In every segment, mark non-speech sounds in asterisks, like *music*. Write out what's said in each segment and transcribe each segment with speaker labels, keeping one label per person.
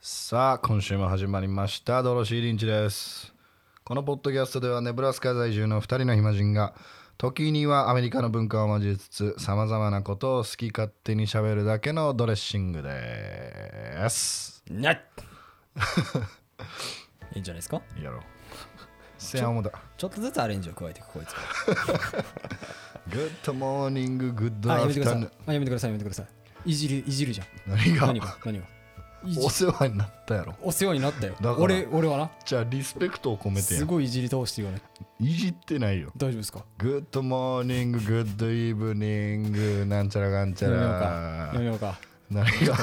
Speaker 1: さあ今週も始まりましたドロシー・リンチですこのポッドキャストではネブラスカ在住の2人の暇人が時にはアメリカの文化を交えつつさまざまなことを好き勝手にしゃべるだけのドレッシングです
Speaker 2: なっいいんじゃないですか
Speaker 1: やろうせやもだ
Speaker 2: ちょっとずつアレンジを加えていくこいつは
Speaker 1: グッドモーニンググッド
Speaker 2: あ
Speaker 1: ア
Speaker 2: やめ
Speaker 1: フ
Speaker 2: てくだ
Speaker 1: タ
Speaker 2: さ
Speaker 1: ヌ
Speaker 2: いあやめてくださいやめてくださいいじるいじるじゃん
Speaker 1: 何が
Speaker 2: 何が何がいじ
Speaker 1: お世話になったやろ
Speaker 2: お世話になったよ
Speaker 1: から
Speaker 2: 俺俺はな
Speaker 1: じゃあリスペクトを込めて
Speaker 2: す
Speaker 1: や
Speaker 2: ごいいじり倒してよね
Speaker 1: いじってないよ
Speaker 2: 大丈夫ですか
Speaker 1: グッドモーニンググッドイブニングなんちゃらかんちゃ
Speaker 2: やめようからやめようか
Speaker 1: 何が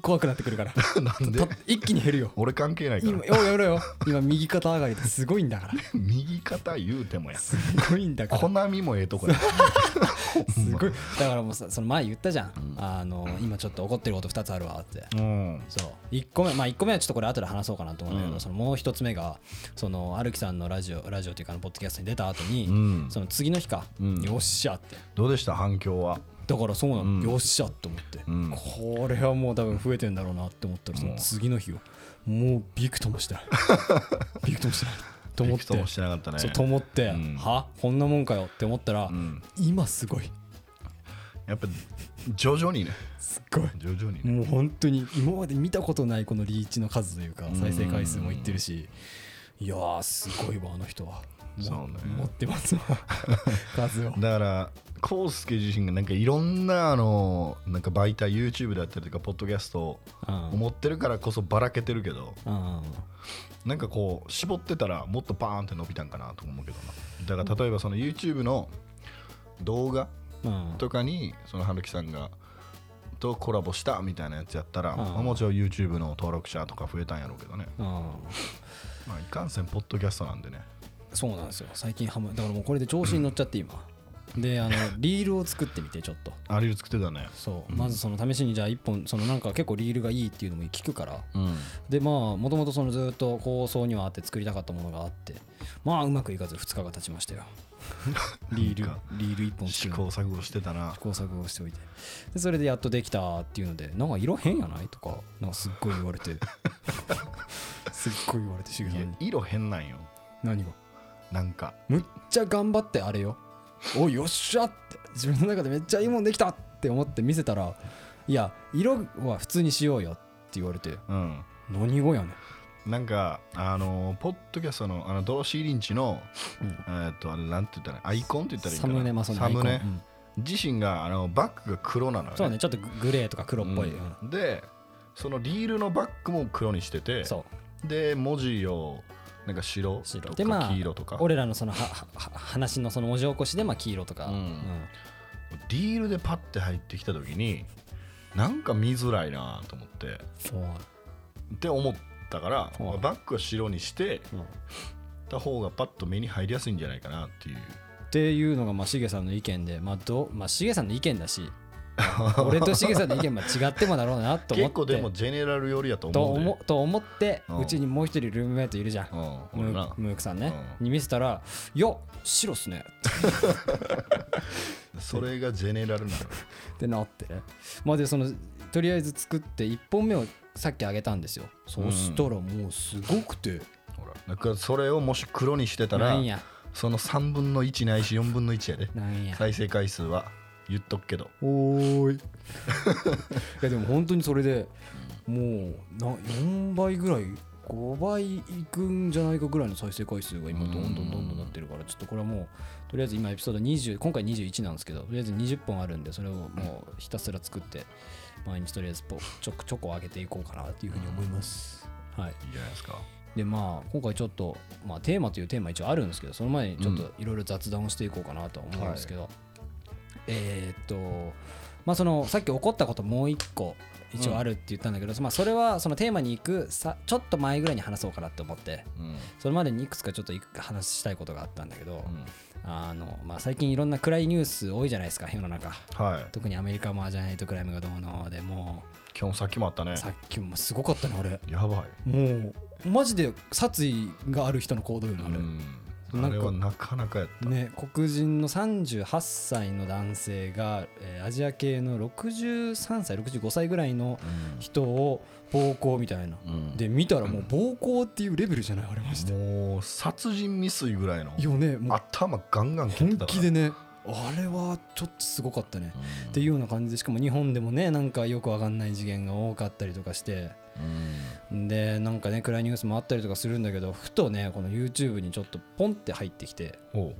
Speaker 2: 怖 *laughs* くなってくるから
Speaker 1: なんで
Speaker 2: と一気に減るよ
Speaker 1: 俺関係ないから
Speaker 2: 今よやめろよ今右肩上がりですごいんだから
Speaker 1: 右肩言うてもや
Speaker 2: すごいんだから
Speaker 1: コナミもええとこや
Speaker 2: すごいだからもうさその前言ったじゃんあの今ちょっと怒ってること2つあるわって
Speaker 1: うん
Speaker 2: そう1個目まあ1個目はちょっとこれ後で話そうかなと思うんだけど、
Speaker 1: うん
Speaker 2: そのもう1つ目がその歩きさんのラジオラジオというかあのポッドキャストに出た後に、
Speaker 1: うん
Speaker 2: その次の日か、
Speaker 1: うん
Speaker 2: よっしゃって
Speaker 1: どうでした反響は
Speaker 2: だからそうなの、
Speaker 1: うん
Speaker 2: よっしゃって思って、
Speaker 1: うん
Speaker 2: これはもう多分増えてんだろうなって思ったらその次の日をもうびくともしてない
Speaker 1: *laughs*
Speaker 2: びくともしてないと思っ
Speaker 1: びくと
Speaker 2: て
Speaker 1: もしてなかったね
Speaker 2: そうと思って、
Speaker 1: ん
Speaker 2: はこんなもんかよって思ったら、
Speaker 1: うん
Speaker 2: 今すごい
Speaker 1: やっぱ徐々にね
Speaker 2: すっごい
Speaker 1: 徐々にね
Speaker 2: もう本当に今まで見たことないこのリーチの数というか再生回数もいってるしいやーすごいわあの人はも
Speaker 1: そうね
Speaker 2: 持ってますわ *laughs* 数を
Speaker 1: だからコウスケ自身がなんかいろんなあのなんか媒体 YouTube だったりとかポッドキャストを
Speaker 2: うん
Speaker 1: 持ってるからこそばらけてるけど
Speaker 2: うん
Speaker 1: なんかこう絞ってたらもっとバーンって伸びたんかなと思うけどなだから例えばその YouTube の動画
Speaker 2: うん
Speaker 1: とかにその春樹さんがとコラボしたみたいなやつやったら、
Speaker 2: ん
Speaker 1: まあもちろん YouTube の登録者とか増えたんやろうけどね、
Speaker 2: うん
Speaker 1: まあ、いかんせんポッドキャストなんでね
Speaker 2: そうなんですよ最近ハマだからもうこれで調子に乗っちゃって今であのリールを作ってみてちょっと
Speaker 1: あれ作ってたね
Speaker 2: そうまずその試しにじゃあ一本そのなんか結構リールがいいっていうのも聞くから
Speaker 1: うん
Speaker 2: でまあもともとそのずっと構想にはあって作りたかったものがあってまあうまくいかず2日が経ちまし
Speaker 1: *laughs*
Speaker 2: たよリール
Speaker 1: なんか
Speaker 2: リール1本
Speaker 1: 試
Speaker 2: 試
Speaker 1: 行
Speaker 2: 行
Speaker 1: 錯誤してたな
Speaker 2: 試行錯誤しておいてでそれでやっとできたっていうのでなんか色変やないとかなんかすっごい言わ
Speaker 1: *laughs*
Speaker 2: れてすっごい言われてしげ
Speaker 1: い
Speaker 2: さ
Speaker 1: や
Speaker 2: んに
Speaker 1: 色変なんよ
Speaker 2: 何が
Speaker 1: なんか
Speaker 2: むっちゃ頑張ってあれよおいよっしゃって自分の中でめっちゃいいもんできたって思って見せたらいや色は普通にしようよって言われて
Speaker 1: うん
Speaker 2: 何語やねん
Speaker 1: なんかあのーポッドキャストのあのドロシー・リンチの、
Speaker 2: うん
Speaker 1: えーっとあれなんて言ったらいいアイコンって言ったらいいん
Speaker 2: サ
Speaker 1: かな
Speaker 2: ムネまあその
Speaker 1: サム
Speaker 2: アイ
Speaker 1: ネ
Speaker 2: コンうん
Speaker 1: 自身があのバッグが黒なのよ、ね、
Speaker 2: そうね、ちょっとグレーとか黒っぽい。うん
Speaker 1: うんでそのリールのバッグも黒にしてて
Speaker 2: そう。
Speaker 1: で文字をなんか白と
Speaker 2: 白
Speaker 1: か
Speaker 2: でまあ
Speaker 1: 黄色とか、
Speaker 2: 俺らのそのははは話のその文字起こしでまあ黄色とか、
Speaker 1: うん
Speaker 2: うん
Speaker 1: リールでパッて入ってきた時になんか見づらいなと思って
Speaker 2: そう
Speaker 1: って思ったから、
Speaker 2: うん
Speaker 1: まあバッグは白にして
Speaker 2: うんっ
Speaker 1: た方がパッと目に入りやすいんじゃないかなっていう
Speaker 2: ていうのがまあしげさんの意見でまあどうまあしげさんの意見だし
Speaker 1: *laughs*
Speaker 2: 俺としげさんの意見は違ってもだろうなと
Speaker 1: 結
Speaker 2: 思って
Speaker 1: 構でもジェネラル寄りやと
Speaker 2: と
Speaker 1: 思うんで
Speaker 2: 思と思って
Speaker 1: うん
Speaker 2: うちにもう一人ルームメイトいるじゃん、
Speaker 1: うん俺
Speaker 2: ムー
Speaker 1: な
Speaker 2: ムークさんね、
Speaker 1: うん
Speaker 2: に見せたら「よ白っすね」
Speaker 1: それがジェネラルなのよ *laughs*
Speaker 2: ってなってまあでそのとりあえず作って1本目をさっきあげたんですよそうしたらもうすごくて、
Speaker 1: ほらだからそれをもし黒にしてた
Speaker 2: な
Speaker 1: ら
Speaker 2: んや
Speaker 1: その3分の1ないし4分の1やで
Speaker 2: なんや
Speaker 1: 再生回数は言っとくけど
Speaker 2: おーいいやでも本当にそれでもうな4倍ぐらい5倍いくんじゃないかぐらいの再生回数が今どんどんどんどんなってるからちょっとこれはもうとりあえず今エピソード20今回21なんですけどとりあえず20本あるんでそれをもうひたすら作って毎日とりあえずポちょくちょこ上げていこうかなっていうふうに思います。はい、
Speaker 1: いいじゃないですか
Speaker 2: でまあ今回ちょっと、まあ、テーマというテーマ一応あるんですけどその前にちょっといろいろ雑談をしていこうかなとは思うんですけど、えーっとまあそのさっき起こったこともう一個一応あるって言ったんだけど、まあそれはそのテーマに行くさちょっと前ぐらいに話そうかなって思って
Speaker 1: うん
Speaker 2: それまでにいくつかちょっといく話したいことがあったんだけど、
Speaker 1: うん
Speaker 2: あのまあ、最近いろんな暗いニュース多いじゃないですか世の中
Speaker 1: はい
Speaker 2: 特にアメリカもアジャネイトクライムがどうのでも
Speaker 1: 今日さっきもあったね
Speaker 2: うさっきもすごかったねあれ。
Speaker 1: やばい
Speaker 2: もうマジで殺意がある人の行動よねあれ、
Speaker 1: うんあ
Speaker 2: なん
Speaker 1: れは
Speaker 2: か
Speaker 1: なかなかやった、
Speaker 2: ね、黒人の38歳の男性が、えーアジア系の63歳65歳ぐらいの人を暴行みたいな、
Speaker 1: うん
Speaker 2: で見たらもう暴行っていうレベルじゃないあれまして、
Speaker 1: もう殺人未遂ぐらいの
Speaker 2: よねもう
Speaker 1: 頭ガンガン蹴って
Speaker 2: 本
Speaker 1: たから
Speaker 2: 気でねあれはちょっとすごかったね、
Speaker 1: うん
Speaker 2: っていうような感じでしかも日本でもねなんかよくわかんない事件が多かったりとかして
Speaker 1: うん
Speaker 2: でなんかね暗いニュースもあったりとかするんだけどふとねこの YouTube にちょっとポンって入ってきて
Speaker 1: おう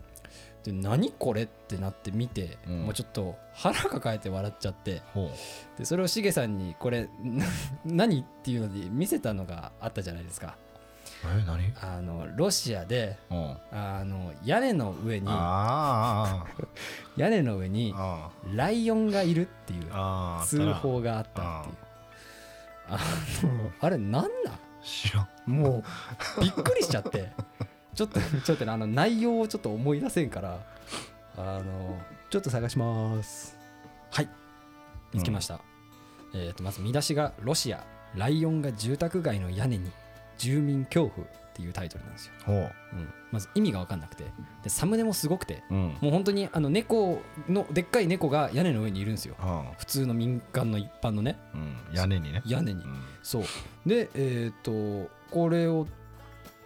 Speaker 2: で何これってなって見て、
Speaker 1: うん
Speaker 2: もうちょっと腹抱えて笑っちゃって
Speaker 1: おう
Speaker 2: でそれをしげさんにこれ *laughs* な何っていうので見せたのがあったじゃないですか
Speaker 1: え何
Speaker 2: あのロシアで
Speaker 1: おう
Speaker 2: あの屋根の上に
Speaker 1: あー
Speaker 2: 屋根の上に
Speaker 1: あ
Speaker 2: ライオンがいるっていう
Speaker 1: ーあー
Speaker 2: 通報があったっていうあのあれなんなん
Speaker 1: 知らん
Speaker 2: もうびっくりしちゃってちょっとちょっとねあの内容をちょっと思い出せんからあのちょっと探しますはい見つけました、えーとまず見出しが「ロシアライオンが住宅街の屋根に住民恐怖」っていうタイトルなんですよ、
Speaker 1: おう
Speaker 2: うん、まず意味が分かんなくてでサムネもすごくて
Speaker 1: うん
Speaker 2: もう本当にあの猫のでっかい猫が屋根の上にいるんですよ
Speaker 1: あ
Speaker 2: 普通の民間の一般のね
Speaker 1: ーうん屋根にね
Speaker 2: 屋根に
Speaker 1: うん
Speaker 2: そうでえっ、とこれを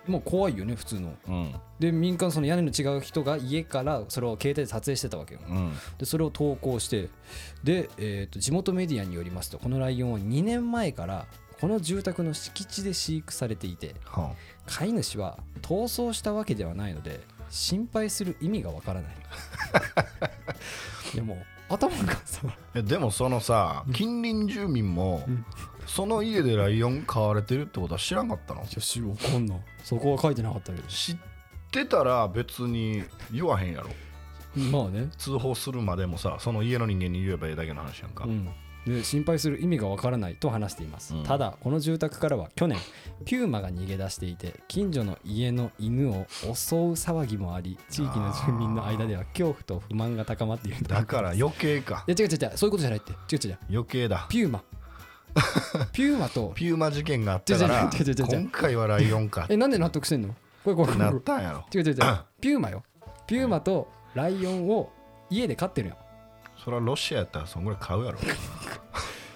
Speaker 2: もう怖いよね普通の
Speaker 1: うん
Speaker 2: で民間その屋根の違う人が家からそれを携帯で撮影してたわけよ
Speaker 1: うん
Speaker 2: でそれを投稿してで、えー、と地元メディアによりますとこのライオンは2年前からこの住宅の敷地で飼育されていて
Speaker 1: は
Speaker 2: 飼い主は逃走したわけではないので心配する意味がわからない *laughs* いやもう頭がさ
Speaker 1: あえでもそのさ近隣住民も
Speaker 2: うん
Speaker 1: その家でライオン飼われてるってことは知らんかったの
Speaker 2: いやしわかんないそこは書いてなかったけど
Speaker 1: 知ってたら別に言わへんやろ
Speaker 2: まあね
Speaker 1: 通報するまでもさその家の人間に言えばいいだけの話やんか、
Speaker 2: うん、で心配する意味がわからないと話しています、
Speaker 1: うん
Speaker 2: ただこの住宅からは去年ピューマが逃げ出していて近所の家の犬を襲う騒ぎもあり地域の住民の間では恐怖と不満が高まっている
Speaker 1: だから
Speaker 2: い
Speaker 1: 余計か
Speaker 2: や違う違う違うそういうことじゃないって違う違う違う
Speaker 1: 余計だ
Speaker 2: ピューマ *laughs* ピューマと
Speaker 1: ピューマ事件があったから
Speaker 2: 違う違う違う違う違う
Speaker 1: 今回はライオンかっ
Speaker 2: え
Speaker 1: て
Speaker 2: なんで納得してんのこれこれこれ
Speaker 1: な
Speaker 2: こ
Speaker 1: ったんやろ
Speaker 2: れ違う違う違うピューマよピューマとライオンを家で飼ってるよ
Speaker 1: それはロシアやったらそんぐらい買うやろ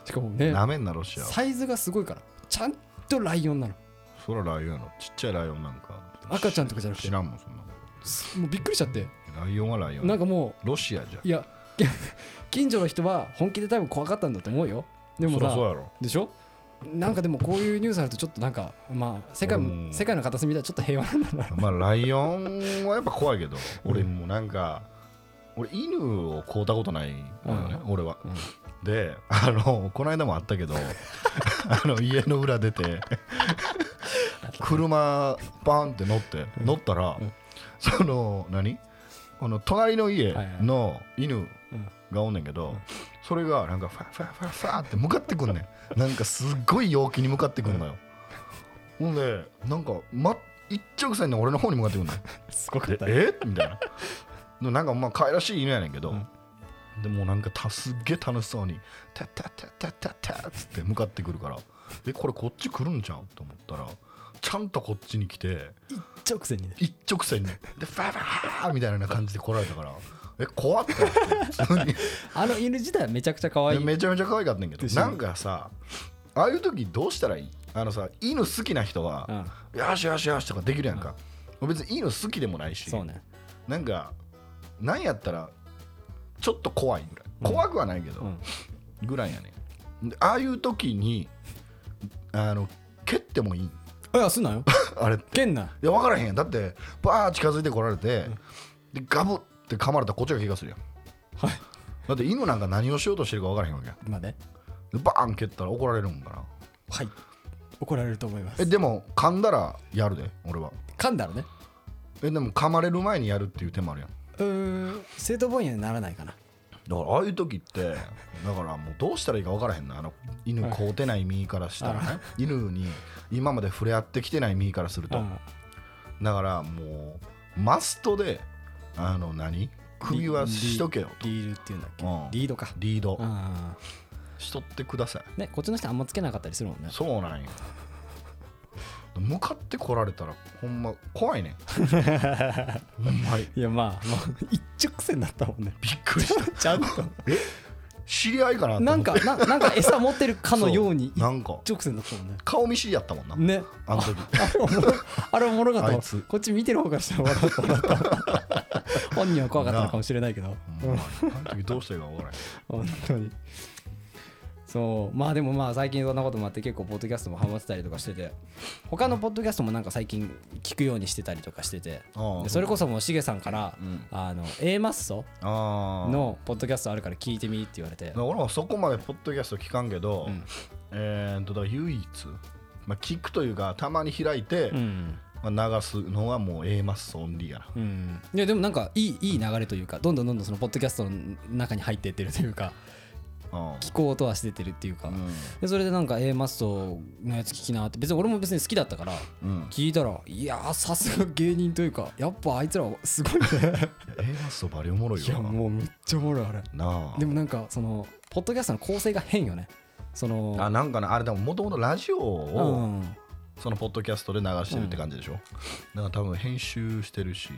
Speaker 2: しかもね
Speaker 1: なめんなロシアは
Speaker 2: サイズがすごいからちゃんとライオンなの
Speaker 1: そらライオンやろちっちゃいライオンなんか
Speaker 2: 赤ちゃんとかじゃなくて
Speaker 1: 知らんもんそんなも
Speaker 2: すもうびっくりしちゃって
Speaker 1: んライオンはライオン
Speaker 2: なんかも
Speaker 1: ロシアじゃ
Speaker 2: ういや *laughs* 近所の人は本気で多分怖かったんだと思うよでも
Speaker 1: そら
Speaker 2: さ
Speaker 1: そうやろ
Speaker 2: でしょなんかでもこういうニュースあるとちょっとなんかまあ世界
Speaker 1: 俺も
Speaker 2: 世界の片隅ではちょっと平和なんだな
Speaker 1: *laughs* まあライオンはやっぱ怖いけど俺もうなんか俺犬を飼うたことないのよね、俺は、であのこの間もあった
Speaker 2: *laughs*
Speaker 1: けどあの家の裏出て車バーンって乗って乗ったら、
Speaker 2: うん
Speaker 1: その何この隣の家の犬
Speaker 2: うん
Speaker 1: がおんねんけど、それがなんかファファファファって向かってくんねんなんかすっごい陽気に向かってくんのよ、ほんでなんか、ま、一直線に俺の方に向かってくんのよ
Speaker 2: すご
Speaker 1: でえみたいなでもなんかまあ可愛らしい犬やねんけど、
Speaker 2: うん
Speaker 1: でもうなんかたすっげえ楽しそうに「タッタッタッタッタッタッ」つって向かってくるからえこれこっち来るんちゃうと思ったらちゃんとこっちに来て
Speaker 2: 一直線にね
Speaker 1: 一直線にでファーファーみたいな感じで来られたからえ怖っと思って普通に
Speaker 2: あの犬自体はめちゃくちゃ可愛い
Speaker 1: めちゃめちゃ可愛かったんやけ
Speaker 2: で
Speaker 1: ど
Speaker 2: しょ
Speaker 1: なんかさああいう時どうしたらいいあのさ犬好きな人
Speaker 2: う
Speaker 1: は「
Speaker 2: ん
Speaker 1: よしよしよし」とかできるやんか、別に犬好きでもないし
Speaker 2: そうね
Speaker 1: なんかなんやったらちょっと怖いぐらい怖くはないけど、
Speaker 2: うん
Speaker 1: ぐらいやねんでああいう時にあの蹴ってもいい
Speaker 2: あいやすんなよ
Speaker 1: あれい
Speaker 2: けんな
Speaker 1: や分からへんやんだってバー近づいてこられて、でガブって噛まれたらこっちが気がするやん
Speaker 2: はい
Speaker 1: だって犬なんか何をしようとしてるか分からへんわけやん
Speaker 2: まあね
Speaker 1: でバーン蹴ったら怒られるんかな
Speaker 2: はい怒られると思いま
Speaker 1: え
Speaker 2: す
Speaker 1: でも噛んだらやるで俺は
Speaker 2: 噛んだらね
Speaker 1: えでも噛まれる前にやるっていう手もあるやん
Speaker 2: うーん正当防衛にならないかな
Speaker 1: だからああいう時ってだからもうどうしたらいいか分からへんなあの犬飼うてない身からしたらね犬に今まで触れ合ってきてない身からすると
Speaker 2: うん
Speaker 1: だからもうマストであの何首はしとけよと
Speaker 2: リリールっていうんだっけ
Speaker 1: うん
Speaker 2: リードか
Speaker 1: リード
Speaker 2: うん
Speaker 1: しとってください
Speaker 2: ねこっちの人あんまつけなかったりするもんね
Speaker 1: そうなんよ向かって来られたらほんま怖
Speaker 2: *laughs*
Speaker 1: いねほんまに
Speaker 2: いやまあ、ま *laughs* あ、一直線だったもんね
Speaker 1: びっくりした
Speaker 2: ちゃんと
Speaker 1: え知り合いかなと思
Speaker 2: *laughs* な
Speaker 1: っ
Speaker 2: ん
Speaker 1: て
Speaker 2: かななんか餌持ってるかのように
Speaker 1: そな
Speaker 2: 一
Speaker 1: んか
Speaker 2: 直線だったもんね
Speaker 1: 顔見知りやったもんな、
Speaker 2: ね
Speaker 1: あの時
Speaker 2: *laughs* あれおもろあれおもろかった
Speaker 1: あい
Speaker 2: わ
Speaker 1: つ
Speaker 2: こっち見てる方からしたら笑った笑 *laughs* った本人は怖かったのかもしれないけど
Speaker 1: ほんまにあの時どうしたらいいか分からへん
Speaker 2: 本当にそうまあでもまあ最近そんなこともあって結構ポッドキャストもハマってたりとかしてて他のポッドキャストもなんか最近聞くようにしてたりとかしてて
Speaker 1: ああ
Speaker 2: *laughs* でそれこそもうしげさんから
Speaker 1: うん
Speaker 2: 「あの A マッソ」
Speaker 1: ああ
Speaker 2: のポッドキャストあるから聞いてみって言われて
Speaker 1: 俺もそこまでポッドキャスト聞かんけど、
Speaker 2: うん
Speaker 1: えーっとだから唯一、まあ、聞くというかたまに開いて、
Speaker 2: うん
Speaker 1: まあ、流すのはもう A マッソオンリーやな
Speaker 2: うんいやでもなんかいいいい流れというかどんどんどんどんそのポッドキャストの中に入っていってるというか
Speaker 1: あ
Speaker 2: 聞こうとはしてってるっていうか、
Speaker 1: あうん
Speaker 2: でそれでなんか A マストのやつ聞きなって別に俺も別に好きだったから
Speaker 1: うん
Speaker 2: 聞いたらいやーさすが芸人というかやっぱあいつらす *laughs* ごいね
Speaker 1: A マッソバリおもろい
Speaker 2: いや
Speaker 1: よな
Speaker 2: もうめっちゃおもろいあれ
Speaker 1: なあ
Speaker 2: でもなんかそのポッドキャストの構成が変よねその
Speaker 1: あなんかなあれでももともとラジオ
Speaker 2: う
Speaker 1: を、
Speaker 2: ん、うん、
Speaker 1: そのポッドキャストで流してるって感じでしょ、だから多分編集してるし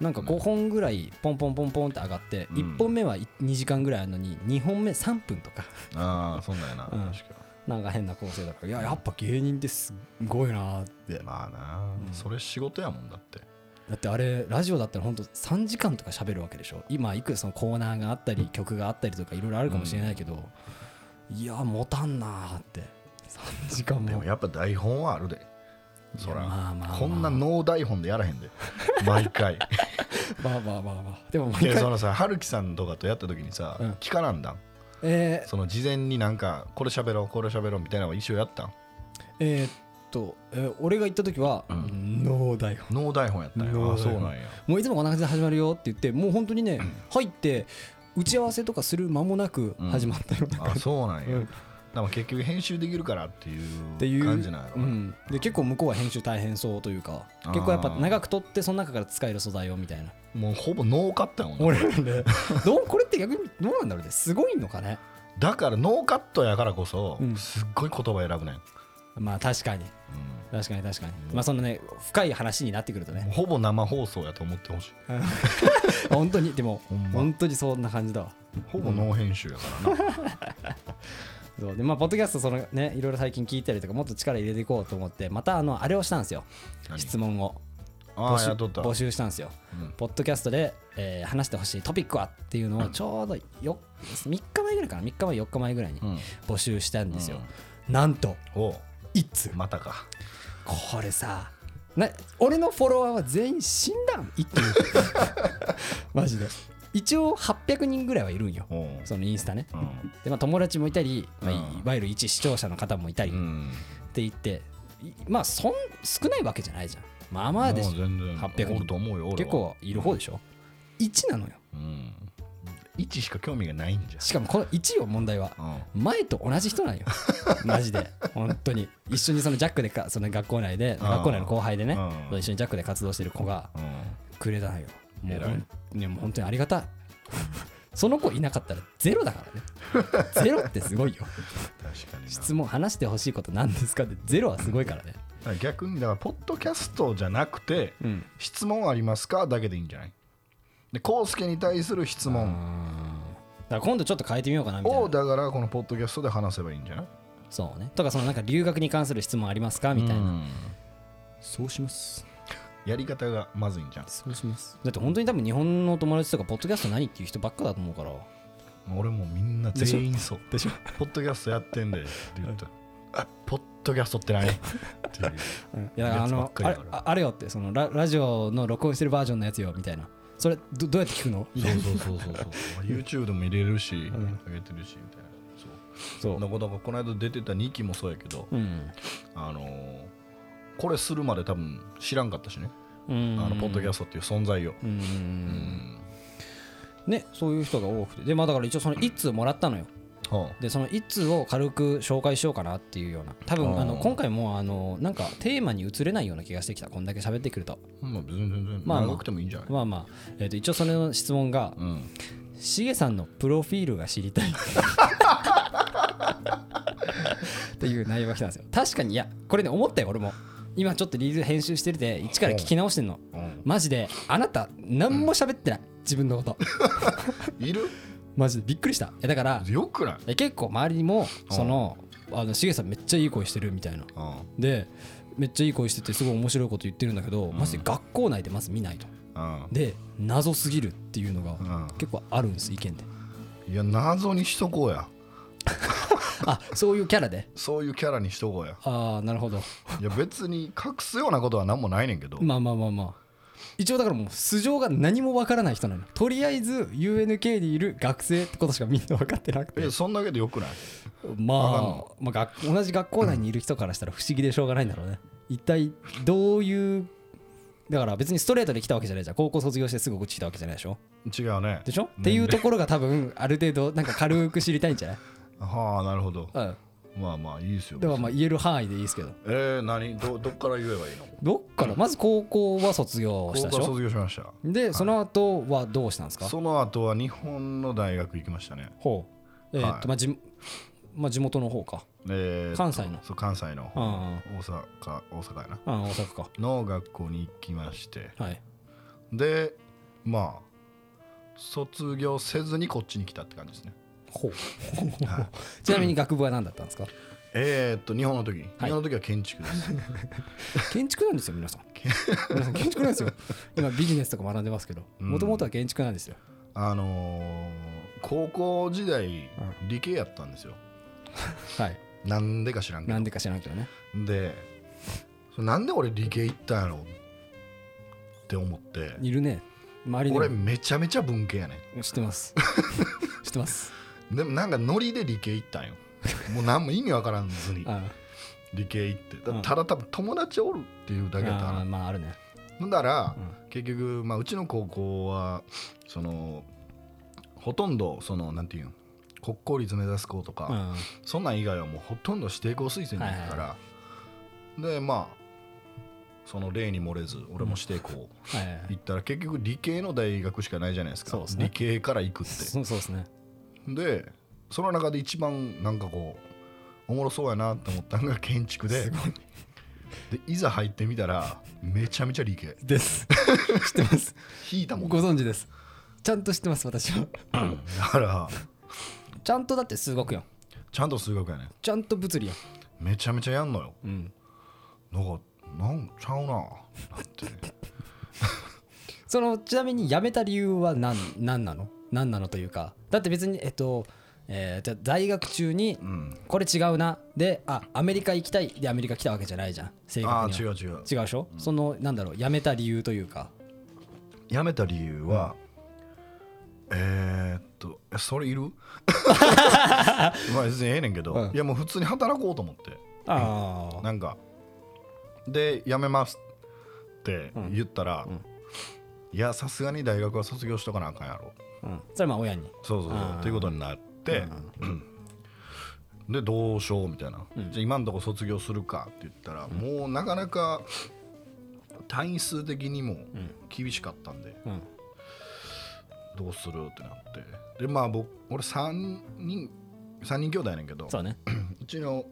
Speaker 2: なんか5本ぐらいポンポンポンポンって上がって
Speaker 1: うん
Speaker 2: 1本目は2時間ぐらいあるのに2本目3分とか
Speaker 1: ああそんなんやな、
Speaker 2: うん
Speaker 1: 確か
Speaker 2: なんか変な構成だからいややっぱ芸人ってすごいなーって
Speaker 1: まあなあ、それ仕事やもんだって
Speaker 2: だってあれラジオだったら本当3時間とか喋るわけでしょ今いくそのコーナーがあったり曲があったりとかいろいろあるかもしれないけど、いや持たんなーって3時間
Speaker 1: で
Speaker 2: も
Speaker 1: もやっぱ台本はあるでそら、
Speaker 2: まあまあまあ
Speaker 1: こんなノー台本でやらへん
Speaker 2: *laughs*
Speaker 1: で毎回
Speaker 2: まあまあまあまあでも
Speaker 1: い
Speaker 2: 毎
Speaker 1: や
Speaker 2: 回
Speaker 1: そのさ春樹さんとかとやった時にさ、
Speaker 2: うん
Speaker 1: 聞かなんだん
Speaker 2: え
Speaker 1: その事前になんかこれ喋ろうこれ喋ろうみたいなのは一応やったん
Speaker 2: ー、えーっと、えー俺が行った時は、ノー台本
Speaker 1: ノー台本やったんや
Speaker 2: ノ
Speaker 1: あ
Speaker 2: ー台
Speaker 1: そう
Speaker 2: 本
Speaker 1: なんや
Speaker 2: もういつもこんな感じで始まるよって言ってもう本当にね入って打ち合わせとかする間もなく始まったような *laughs*
Speaker 1: あそうなんや、
Speaker 2: うん
Speaker 1: だから結局編集できるからってい
Speaker 2: っていうう
Speaker 1: 感じなんやろ
Speaker 2: う
Speaker 1: な、
Speaker 2: ん、で結構向こうは編集大変そうというか
Speaker 1: あー
Speaker 2: 結構やっぱ長く撮ってその中から使える素材をみたいな
Speaker 1: もうほぼノーカットやもんな
Speaker 2: 俺なんで *laughs* どうこれって逆にどうなんだろうねすごいのかね
Speaker 1: だからノーカットやからこそ、
Speaker 2: うん
Speaker 1: すっごい言葉選ぶねん、
Speaker 2: まあ確かに確かに確かにまあそのね深い話になってくると
Speaker 1: もう
Speaker 2: ね
Speaker 1: ほぼ生放送やと思ってほしい
Speaker 2: *laughs* 本当にでも
Speaker 1: ほんま
Speaker 2: 本当にそんな感じだわ
Speaker 1: ほぼノー編集やからな、
Speaker 2: そうでまあポッドキャストそのねいろいろ最近聞いたりとかもっと力入れていこうと思ってまたあのあれをしたんですよ
Speaker 1: 何
Speaker 2: 質問を
Speaker 1: あ
Speaker 2: 募
Speaker 1: あ
Speaker 2: 集
Speaker 1: やっとった
Speaker 2: 募集したんですよ
Speaker 1: うん
Speaker 2: ポッドキャストで、えー話してほしいトピックはっていうのをちょうどよ3日前ぐらいかな3日前4日前ぐらいに
Speaker 1: うん
Speaker 2: 募集したんですよ、なんと
Speaker 1: おう
Speaker 2: 1通
Speaker 1: またか
Speaker 2: これさな俺のフォロワーは全員死んだん一
Speaker 1: *laughs*
Speaker 2: 気にマジで一応800人ぐらいはいるんよ
Speaker 1: おう
Speaker 2: そのインスタね
Speaker 1: うん
Speaker 2: で、まあ、友達もいたり、まあい
Speaker 1: うん
Speaker 2: いわゆる一視聴者の方もいたり
Speaker 1: う
Speaker 2: っ
Speaker 1: ん
Speaker 2: て言って、いまあそん少ないわけじゃないじゃんまあまあでし
Speaker 1: も
Speaker 2: ょ
Speaker 1: う全然
Speaker 2: 800人
Speaker 1: おると思うよ俺は
Speaker 2: 結構いる方でしょ1なのよ
Speaker 1: うん1しか興味がないんじ
Speaker 2: しかもこの1よ問題は
Speaker 1: ゃん、うん、
Speaker 2: 前と同じ人
Speaker 1: *laughs*
Speaker 2: なんよマジで本当に一緒にそのジャックでかその学校内で
Speaker 1: うん
Speaker 2: 学校内の後輩でね
Speaker 1: うん
Speaker 2: そう一緒にジャックで活動してる子が
Speaker 1: う
Speaker 2: くれたのよもう
Speaker 1: 偉い
Speaker 2: ほんねもう本当にありがたい *laughs* その子いなかったらゼロだから
Speaker 1: *laughs*
Speaker 2: ねゼロってすごいよ
Speaker 1: ん、確かにな
Speaker 2: 質問話してほしいこと何ですかってゼロはすごいからね
Speaker 1: だから逆にだからポッドキャストじゃなくて
Speaker 2: うん
Speaker 1: 質問ありますかだけでいいんじゃないで康介に対する質問
Speaker 2: だから今度ちょっと変えてみようかなみたい
Speaker 1: を
Speaker 2: な
Speaker 1: だからこのポッドキャストで話せばいいんじゃない
Speaker 2: そうねとかそのなんか留学に関する質問ありますかみたいな、
Speaker 1: うん
Speaker 2: そうします
Speaker 1: やり方がまずいんじゃん
Speaker 2: そうしますだって本当に多分日本の友達とかポッドキャスト何っていう人ばっかだと思うから
Speaker 1: もう俺もみんな全員そう
Speaker 2: でしょ
Speaker 1: ポッドキャストやってんでって言
Speaker 2: *laughs*
Speaker 1: ったらあポッドキャストって何っていう
Speaker 2: いやだからあ
Speaker 1: やつば
Speaker 2: の
Speaker 1: っかり
Speaker 2: あ
Speaker 1: だ
Speaker 2: れ
Speaker 1: から
Speaker 2: ああれよってそのララジオの録音してるバージョンのやつよみたいなそれどどうやって聞くの
Speaker 1: そうそうそうそう
Speaker 2: *laughs*
Speaker 1: そう YouTube でも入れるし
Speaker 2: ん
Speaker 1: 上げてるしみたいなそう
Speaker 2: そ
Speaker 1: なんかだからこの間出てた2期もそうやけど
Speaker 2: うん、
Speaker 1: あのーこれするまで多分知らんかったしね
Speaker 2: うん、
Speaker 1: あのポッドキャ
Speaker 2: ス
Speaker 1: ストっていう存在を
Speaker 2: トうん、
Speaker 1: うん
Speaker 2: ねそういう人が多くてでまあだから一応その1通もらったのよ
Speaker 1: は
Speaker 2: でその1通を軽く紹介しようかなっていうような多
Speaker 1: あ
Speaker 2: 分
Speaker 1: ー
Speaker 2: あの今回もうあのなんかテーマに移れないような気がしてきたこんだけ喋ってくると
Speaker 1: あまあ全然全然
Speaker 2: まあまあ
Speaker 1: 長くてもいいんじゃない、
Speaker 2: まあまあ、えー、と一応それの質問が
Speaker 1: うん
Speaker 2: しげさんのプロフィールが知りたいっていう内容が来たんですよ確かにいやこれね思ったよ俺も今ちょっとリール編集してるで一から聞き直してんの
Speaker 1: うん
Speaker 2: マジであなた何も喋ってない、自分のこと
Speaker 1: いる
Speaker 2: マジでびっくりしたいやだから
Speaker 1: よくない
Speaker 2: え結構周りにもそのあのしげさんめっちゃいい声してるみたいな
Speaker 1: うん
Speaker 2: でめっちゃいい声しててすごい面白いこと言ってるんだけど、まして学校内でまず見ないと
Speaker 1: うん
Speaker 2: で謎すぎるっていうのが
Speaker 1: うん
Speaker 2: 結構あるんです意見で
Speaker 1: いや謎にしとこうや
Speaker 2: あそういうキャラで
Speaker 1: そういうキャラにしとこうや
Speaker 2: ああなるほど
Speaker 1: いや別に隠すようなことは何もないねんけど
Speaker 2: まあまあまあまあ一応だからもう素性が何もわからない人なのとりあえず UNK にいる学生ってことしかみんな分かってなくて
Speaker 1: えそんだけでよくないわかんな
Speaker 2: まあ、まあ、学同じ学校内にいる人からしたら不思議でしょうがないんだろうね。一体どういうだから別にストレートで来たわけじゃないじゃん高校卒業してすぐこっち来たわけじゃないでしょ
Speaker 1: 違うね
Speaker 2: でしょっ
Speaker 1: 年齢
Speaker 2: ていうところが多分ある程度なんか軽く知りたいんじゃない、
Speaker 1: はあなるほど
Speaker 2: うん、
Speaker 1: まあまあいいですよ
Speaker 2: だからまあ言える範囲でいいですけど
Speaker 1: えー、何どどっから言えばいいの
Speaker 2: どっからまず高校は卒業した
Speaker 1: 高
Speaker 2: でし
Speaker 1: 校
Speaker 2: ょ
Speaker 1: 卒業しました
Speaker 2: でその後はどうしたんですか
Speaker 1: その後は日本の大学行きましたね
Speaker 2: ほうえーっ
Speaker 1: はい
Speaker 2: とまあじまあ地元の方か
Speaker 1: えーと
Speaker 2: 関西の
Speaker 1: そう関西の
Speaker 2: うんう
Speaker 1: 方
Speaker 2: ん
Speaker 1: 大阪大阪やな
Speaker 2: うん大阪か
Speaker 1: の学校に行きまして
Speaker 2: はい
Speaker 1: でまあ卒業せずにこっちに来たって感じですね
Speaker 2: ほう *laughs* ちなみに学部は何だったんですか
Speaker 1: えー、っと日本の時日
Speaker 2: はい
Speaker 1: 本の時は建築です、
Speaker 2: *laughs* 建築なんですよ皆さん皆さん建築なんですよ今ビジネスとか学んでますけど
Speaker 1: うん
Speaker 2: もともとは建築なんですよ
Speaker 1: あのー高校時代理系やったんですよ
Speaker 2: はい
Speaker 1: なんでか知らんけど
Speaker 2: なんでか知らんけどね
Speaker 1: でそれなんで俺理系行ったんやろって思って
Speaker 2: いるね周り
Speaker 1: 俺
Speaker 2: に
Speaker 1: めちゃめちゃ文系やね
Speaker 2: も知ってます
Speaker 1: *laughs*
Speaker 2: 知ってます
Speaker 1: んでもなんかノリで理系行ったんよもう何も意味わからんず
Speaker 2: *laughs*
Speaker 1: に
Speaker 2: あ
Speaker 1: 理系行って
Speaker 2: う
Speaker 1: だ
Speaker 2: ん
Speaker 1: ただ多分友達おるっていうだけだ
Speaker 2: あ
Speaker 1: な
Speaker 2: まああるね
Speaker 1: ほんだら、
Speaker 2: う
Speaker 1: 結局、まあ、うちの高校はそのほとんどそのなんていうん国公立目指す子とか、
Speaker 2: うん
Speaker 1: そんなん以外はもうほとんど指定校推薦だったから、でまあその例に漏れず俺も指定校
Speaker 2: はいはいはい
Speaker 1: 行ったら結局理系の大学しかないじゃないですか
Speaker 2: そうですね
Speaker 1: 理系から行くって
Speaker 2: そうそうですね
Speaker 1: でその中で一番なんかこうおもろそうやなと思ったのが建築ででいざ入ってみたらめちゃめちゃ理系
Speaker 2: です *laughs* 知
Speaker 1: *laughs*
Speaker 2: ってます
Speaker 1: 引いたもん
Speaker 2: ご存知ですちゃんと知ってます私は
Speaker 1: だから
Speaker 2: ちゃんとだって数学やん
Speaker 1: ちゃんと数学やね
Speaker 2: ちゃんと物理やん
Speaker 1: めちゃめちゃやんのよ
Speaker 2: うん
Speaker 1: なんかなんちゃうなって
Speaker 2: そのちなみに辞めた理由は何何なの何なのというかだって別にえっと、えーじゃあ大学中に
Speaker 1: うん
Speaker 2: これ違うなであアメリカ行きたいでアメリカ来たわけじゃ *laughs* ないじゃん正
Speaker 1: ああ
Speaker 2: 確に
Speaker 1: 違
Speaker 2: は
Speaker 1: う違う
Speaker 2: 違うでしょ、そのなんだろう辞めた理由というか
Speaker 1: 辞めた理由は、えーっとえそれいる *laughs* まあ別にええねんけど、
Speaker 2: うん
Speaker 1: いやもう普通に働こうと思って
Speaker 2: ああ
Speaker 1: なんかで辞めますって言ったら、いやさすがに大学は卒業しとかなあかんやろ
Speaker 2: うん、それはまあ親に
Speaker 1: そうそうそう
Speaker 2: あー
Speaker 1: ということになって、 *clears throat* でどうしようみたいな、じゃあ今のとこ卒業するかって言ったら、もうなかなか単位数的にも厳しかったんで、
Speaker 2: うん
Speaker 1: どうするってなってでまあ僕俺3人3人兄弟やねんけど
Speaker 2: そうね
Speaker 1: うちの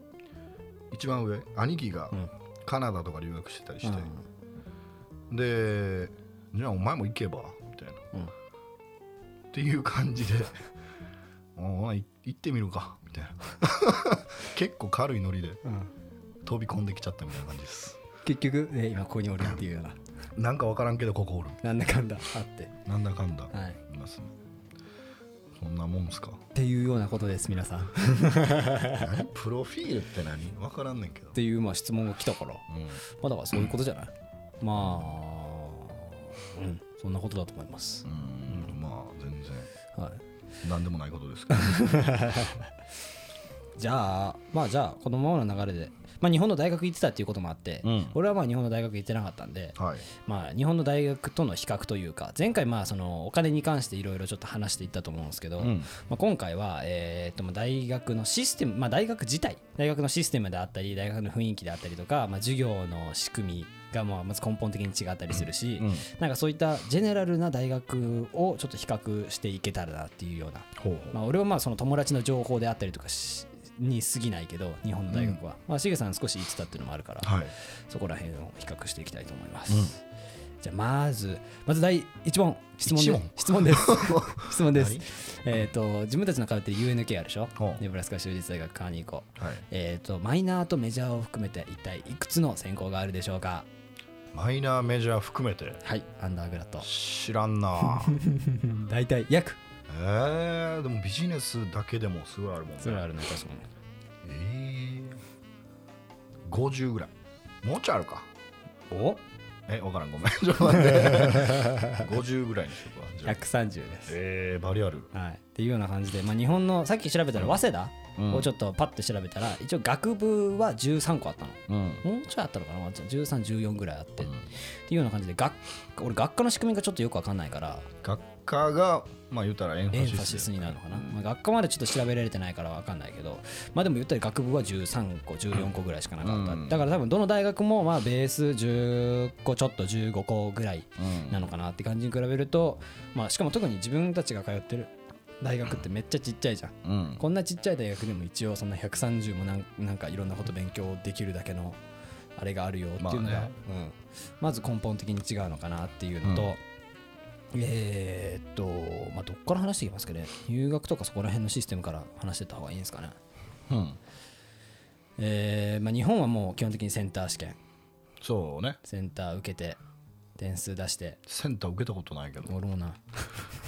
Speaker 1: 一番上兄貴が
Speaker 2: ん
Speaker 1: カナダとか留学してたりして、でじゃあお前も行けばみたいな、
Speaker 2: うん
Speaker 1: っていう感じでお前行ってみるかみたいな *laughs* 結構軽いノリで
Speaker 2: うん
Speaker 1: 飛び込んできちゃったみたいな感じです
Speaker 2: 結局、ね、今ここにおるっていうような
Speaker 1: なんか分からんけどここおる
Speaker 2: なんだかんだあって、
Speaker 1: なんだかんだ
Speaker 2: はい、っ
Speaker 1: いますねそんなもんすか
Speaker 2: ていうようなことです皆さん *laughs* っ
Speaker 1: 何プロフィールって何分からんねんけど、
Speaker 2: ていうまあ質問が来たか
Speaker 1: う
Speaker 2: ら
Speaker 1: ん
Speaker 2: まあだからそういうことじゃないまあうんそんなことだと思います
Speaker 1: う、んまあ全然
Speaker 2: はい、
Speaker 1: 何でもないことですけど
Speaker 2: じゃあまあじゃあこのままの流れで、まあ、日本の大学行ってたっていうこともあって、
Speaker 1: うん
Speaker 2: 俺はまあ日本の大学行ってなかったんで、
Speaker 1: はい
Speaker 2: まあ、日本の大学との比較というか前回まあそのお金に関していろいろちょっと話していったと思うんですけど、
Speaker 1: ん
Speaker 2: まあ、今回は、えーっとまあ大学のシステム、まあ、大学自体大学のシステムであったり大学の雰囲気であったりとか、まあ、授業の仕組みがまあまず根本的に違ったりするし、
Speaker 1: うん
Speaker 2: なんかそういったジェネラルな大学をちょっと比較していけたらなっていうような
Speaker 1: ほう
Speaker 2: まあ、俺はまあその友達の情報であったりとかしに過ぎないけど日本の大学は、まあシゲさん少し言ってたっていうのもあるから、
Speaker 1: はい
Speaker 2: そこら辺を比較していきたいと思います、じゃあまずまず第1問質問
Speaker 1: 一
Speaker 2: で
Speaker 1: 問
Speaker 2: 質問です
Speaker 1: *laughs*
Speaker 2: 質問です
Speaker 1: 何
Speaker 2: えっと自分たちの通って UNK あるでしょ
Speaker 1: ほう
Speaker 2: ネブラスカ州立大学カーニー校
Speaker 1: はい
Speaker 2: えっとマイナーとメジャーを含めて一体いくつの専攻があるでしょうか
Speaker 1: マイナーメジャー含めて
Speaker 2: はいアンダーグラッド
Speaker 1: 知らん *laughs* な
Speaker 2: 大体約
Speaker 1: えー、でもビジネスだけでもすごいあるもんね
Speaker 2: それはあるね確かに
Speaker 1: えー、50ぐらいもうちょいあるか
Speaker 2: お
Speaker 1: え分からんご *laughs* めんちょっと待って50ぐらいにしようかじゃあ
Speaker 2: 130です
Speaker 1: えー、バリある
Speaker 2: はい、っていうような感じで、まあ、日本のさっき調べたら早稲
Speaker 1: うん
Speaker 2: 田をちょっとパッて調べたら、一応学部は13個あったの
Speaker 1: うん
Speaker 2: もうちょいあったのかなワンちゃん1314ぐらいあって、っていうような感じで学俺学科の仕組みがちょっとよく分かんないから
Speaker 1: 学科がまあ言うたらエンフ
Speaker 2: エン
Speaker 1: ァ
Speaker 2: ファ
Speaker 1: シス
Speaker 2: シスになるのかな、まあ、学科までちょっと調べられてないから分かんないけどまあでも言ったら学部は13個14個ぐらいしかなかった、
Speaker 1: うん
Speaker 2: だから多分どの大学もまあベース10個ちょっと15個ぐらい
Speaker 1: うん
Speaker 2: なのかなって感じに比べると、まあ、しかも特に自分たちが通ってる大学ってめっちゃちっちゃいじゃん
Speaker 1: うん
Speaker 2: こんなちっちゃい大学でも一応そんな130もなんなんかいろんなこと勉強できるだけのあれがあるよっていうのが、
Speaker 1: ま
Speaker 2: ま
Speaker 1: あね
Speaker 2: うん、まず根本的に違うのかなっていうのと、えーっと、まあ、どっから話していきますかね入学とかそこら辺のシステムから話してった方がいいんですかね、
Speaker 1: うん
Speaker 2: えーまあ、日本はもう基本的にセンター試験
Speaker 1: そうね
Speaker 2: センター受けて点数出して
Speaker 1: センター受けたことないけ *laughs* ど
Speaker 2: 俺もな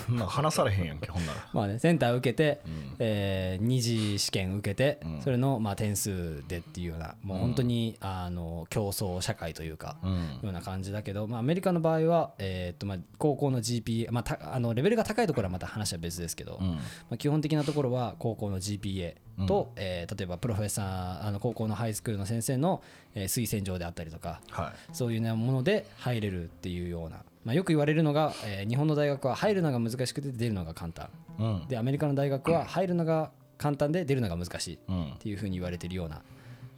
Speaker 1: そんなん話されへんやんけほんなら
Speaker 2: まあね、センター受けて、
Speaker 1: ん
Speaker 2: えー二次試験受けて、
Speaker 1: うん
Speaker 2: それのまあ点数でっていうようなもう本当に、あの競争社会というか、
Speaker 1: うん
Speaker 2: ような感じだけど、まあ、アメリカの場合は、えーっとまあ高校の GPA、まあ、たあのレベルが高いところはまた話は別ですけど、
Speaker 1: う
Speaker 2: ま
Speaker 1: ん
Speaker 2: あ、基本的なところは高校の GPA と、えー例えばプロフェッサーあの高校のハイスクールの先生の、えー推薦状であったりとか、
Speaker 1: は
Speaker 2: そういうねもので入れるっていうような、まあ、よく言われるのが、えー日本の大学は入るのが難しくて出るのが簡単
Speaker 1: いうん
Speaker 2: でアメリカの大学は入るのが簡単で出るのが難しいっ
Speaker 1: うん
Speaker 2: ていうふうに言われてるような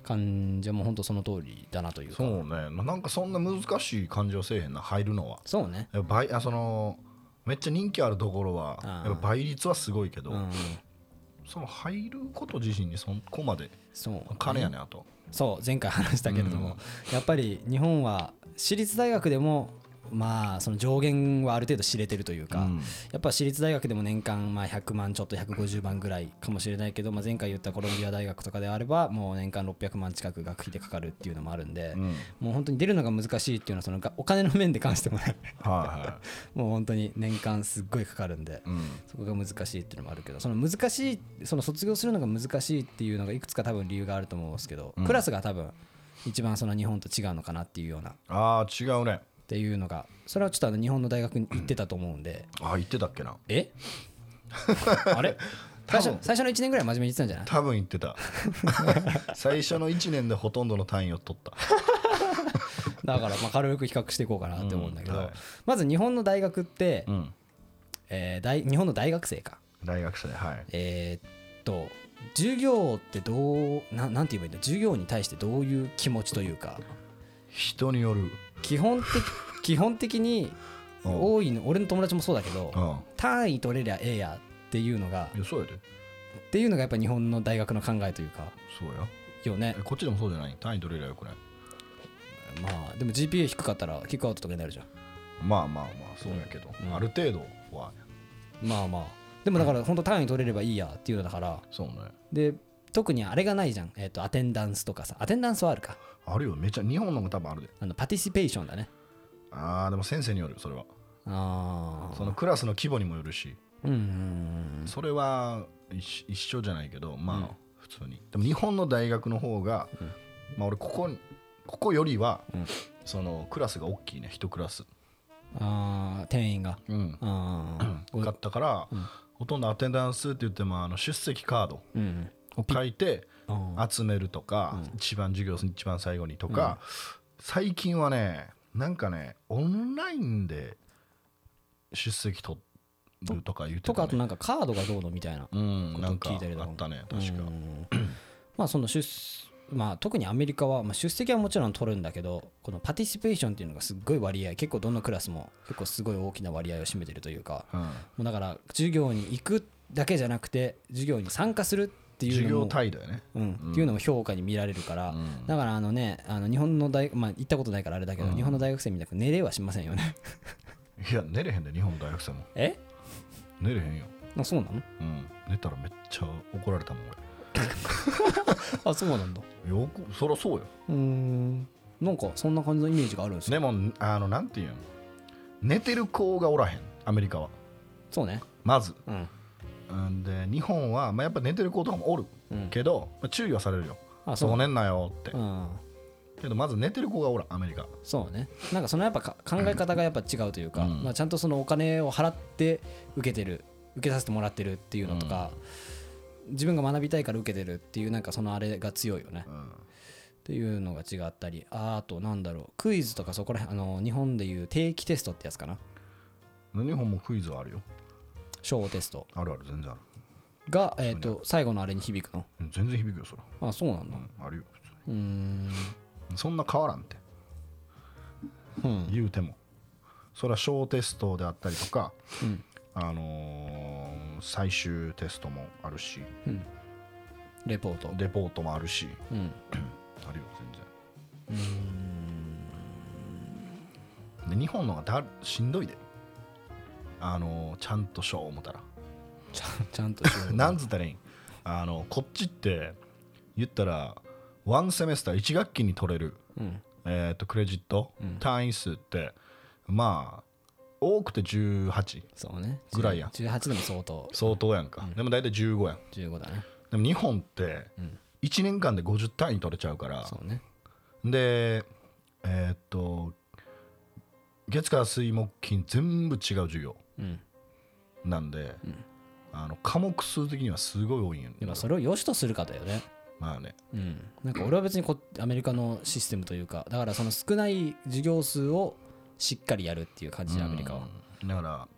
Speaker 2: 感じはもう本当その通りだなというか
Speaker 1: そうねななんかそんな難しい感じはせえへんな入るのは
Speaker 2: そうね
Speaker 1: やっぱ倍あそのめっちゃ人気あるところは
Speaker 2: あー
Speaker 1: やっぱ倍率はすごいけど、
Speaker 2: うん
Speaker 1: その入ること自身にそこまで
Speaker 2: そう
Speaker 1: 金やねあと
Speaker 2: そう前回話したけれども、やっぱり日本は私立大学でもまあその上限はある程度知れてるというか、
Speaker 1: うん
Speaker 2: やっぱ私立大学でも年間まあ100万ちょっと150万ぐらいかもしれないけど、まあ、前回言ったコロンビア大学とかであればもう年間600万近く学費でかかるっていうのもあるんで、
Speaker 1: うん
Speaker 2: もう本当に出るのが難しいっていうのはそのがお金の面で関してもね
Speaker 1: はいは
Speaker 2: もう本当に年間すっごいかかるんで
Speaker 1: い、うん
Speaker 2: そこが難しいっていうのもあるけどその難しいその卒業するのが難しいっていうのがいくつか多分理由があると思うんですけど、
Speaker 1: うん
Speaker 2: クラスが多分一番その日本と違うのかなっていうようなっ
Speaker 1: ああ違うね
Speaker 2: ていうのがそれはちょっとあの日本の大学に行ってたと思うんで。
Speaker 1: ああ言ってたっけな
Speaker 2: え *laughs* あれ最
Speaker 1: 多
Speaker 2: 初
Speaker 1: 分
Speaker 2: 最初の1年ぐらい真面目に言ってたんじゃない
Speaker 1: 多分言って *laughs* た最初の1年でほとんどの単位を取った
Speaker 2: だからまあ軽く比較していこうかなって思うんだけど、
Speaker 1: うんはい
Speaker 2: まず日本の大学って、
Speaker 1: うん
Speaker 2: えー大日本の大学生か
Speaker 1: 大学生はい
Speaker 2: えーっと授業ってどうななんて言えばいいんだ授業に対してどういう気持ちというか
Speaker 1: 人による
Speaker 2: 基本
Speaker 1: *laughs*
Speaker 2: 的基本的に
Speaker 1: うん
Speaker 2: 多いの俺の友達もそうだけど
Speaker 1: うん
Speaker 2: 単位取れりゃええやっていうのが
Speaker 1: いやそうやで
Speaker 2: っていうのがやっぱ日本の大学の考えというか
Speaker 1: そうや
Speaker 2: よね
Speaker 1: えこっちでもそうじゃない単位取れりゃよくない
Speaker 2: まあでも GPA 低かったらキックアウトとかになるじゃん
Speaker 1: まあまあまあそうやけど、
Speaker 2: うん
Speaker 1: ある程度は
Speaker 2: まあまあでもだから本当単位取れればいいやっていうのだから
Speaker 1: そうね
Speaker 2: で特にあれがないじゃん、えっとアテンダンスとかさアテンダンスはあるか
Speaker 1: あるよめっちゃ日本のも多分あるで
Speaker 2: あのパティシペーションだね
Speaker 1: あーでも先生によるそれは
Speaker 2: ああ
Speaker 1: そのクラスの規模にもよるし
Speaker 2: うんうんうん
Speaker 1: それは一緒一緒じゃないけどまあ、
Speaker 2: うん
Speaker 1: 普通にでも日本の大学の方が、
Speaker 2: うん
Speaker 1: まあ俺ここここよりは、
Speaker 2: うん
Speaker 1: そのクラスが大きいね一クラス、
Speaker 2: ああ店員が
Speaker 1: うん、
Speaker 2: ああ
Speaker 1: だったから、
Speaker 2: うん
Speaker 1: ほとんどアテンダンスって言ってもあの出席カード
Speaker 2: うんうん
Speaker 1: を書いて
Speaker 2: あ
Speaker 1: 集めるとか、
Speaker 2: うん
Speaker 1: 一番授業一番最後にとか、最近はねなんかねオンラインで出席取るとか言うて
Speaker 2: とか
Speaker 1: た、
Speaker 2: あと
Speaker 1: ね、
Speaker 2: なんかカードがどうのみたいな
Speaker 1: うんなんか
Speaker 2: 聞いたりと
Speaker 1: あ
Speaker 2: かも
Speaker 1: ったね確か、
Speaker 2: うんまあその出まあ特にアメリカは、まあ、出席はもちろん取るんだけどこのパティシペーションっていうのがすっごい割合結構どのクラスも結構すごい大きな割合を占めてるというか
Speaker 1: うん
Speaker 2: もうだから授業に行くだけじゃなくて授業に参加するっってい
Speaker 1: 授
Speaker 2: うの
Speaker 1: 業
Speaker 2: も
Speaker 1: 態度やね
Speaker 2: うん
Speaker 1: うん
Speaker 2: っていうのも評価に見られるから、
Speaker 1: うん
Speaker 2: だからあのねあの日本の大まあ行ったことないからあれだけど、
Speaker 1: うん
Speaker 2: 日本の大学生みたく寝れはしませんよね
Speaker 1: いや寝れへんで日本の大学生も
Speaker 2: え
Speaker 1: 寝れへんよ、
Speaker 2: あそうなの
Speaker 1: うん、寝たらめっちゃ怒られたもん
Speaker 2: あそうなんだ
Speaker 1: 俺よくそりゃそうよ
Speaker 2: うーんなんかそんな感じのイメージがあるんですよ
Speaker 1: でもあのなんていうん寝てる子がおらへんアメリカは
Speaker 2: そうね
Speaker 1: まず
Speaker 2: うん
Speaker 1: うんで日本は、まあ、やっぱ寝てる子とかもおる
Speaker 2: うん
Speaker 1: けど、まあ、注意はされるよ
Speaker 2: あ
Speaker 1: そう
Speaker 2: ね
Speaker 1: 寝んなよって、
Speaker 2: うん
Speaker 1: けどまず寝てる子がおらんアメリカ
Speaker 2: そうねなんかそのやっぱか考え方がやっぱ違うというか、
Speaker 1: うん
Speaker 2: まあ、ちゃんとそのお金を払って受けてる受けさせてもらってるっていうのとか、自分が学びたいから受けてるっていうなんかそのあれが強いよね
Speaker 1: うん
Speaker 2: っていうのが違ったりああとなんだろうクイズとかそこら辺あの日本でいう定期テストってやつかな
Speaker 1: 日本もクイズはあるよ
Speaker 2: 小テスト
Speaker 1: あるある全然ある
Speaker 2: が、えー、と最後のあれに響くの
Speaker 1: うん全然響くよそら、
Speaker 2: あそうなんだ
Speaker 1: うんあるよ普通
Speaker 2: うーん
Speaker 1: にそんな変わらんって
Speaker 2: うん
Speaker 1: 言うてもそれは小テストであったりとか、
Speaker 2: うん
Speaker 1: あのー最終テストもあるし
Speaker 2: レポート
Speaker 1: レポートもあるし
Speaker 2: うん
Speaker 1: あるよ全然で日本のがだしんどいであのーちゃんとしよう思ったら
Speaker 2: ちゃ *laughs* んちゃんとしよう
Speaker 1: *laughs* なんつったらいいんあのこっちって言ったらワンセメスター1学期に取れる、
Speaker 2: うん
Speaker 1: えー、とクレジット、単位数ってまあ多くて18
Speaker 2: そうね
Speaker 1: ぐらいや
Speaker 2: 18でも相当
Speaker 1: 相当やんか、でも大体15やん
Speaker 2: 15だね
Speaker 1: でも日本って1年間で50単位取れちゃうから、
Speaker 2: そうね
Speaker 1: でえーっと月火水木金全部違う授業
Speaker 2: うん
Speaker 1: なんで、あの科目数的にはすごい多いんよね
Speaker 2: でもそれを良しとするかだよね
Speaker 1: まあね
Speaker 2: うんなんか俺は別にこアメリカのシステムというかだからその少ない授業数をしっかりやるっていう感じでアメリカは
Speaker 1: だから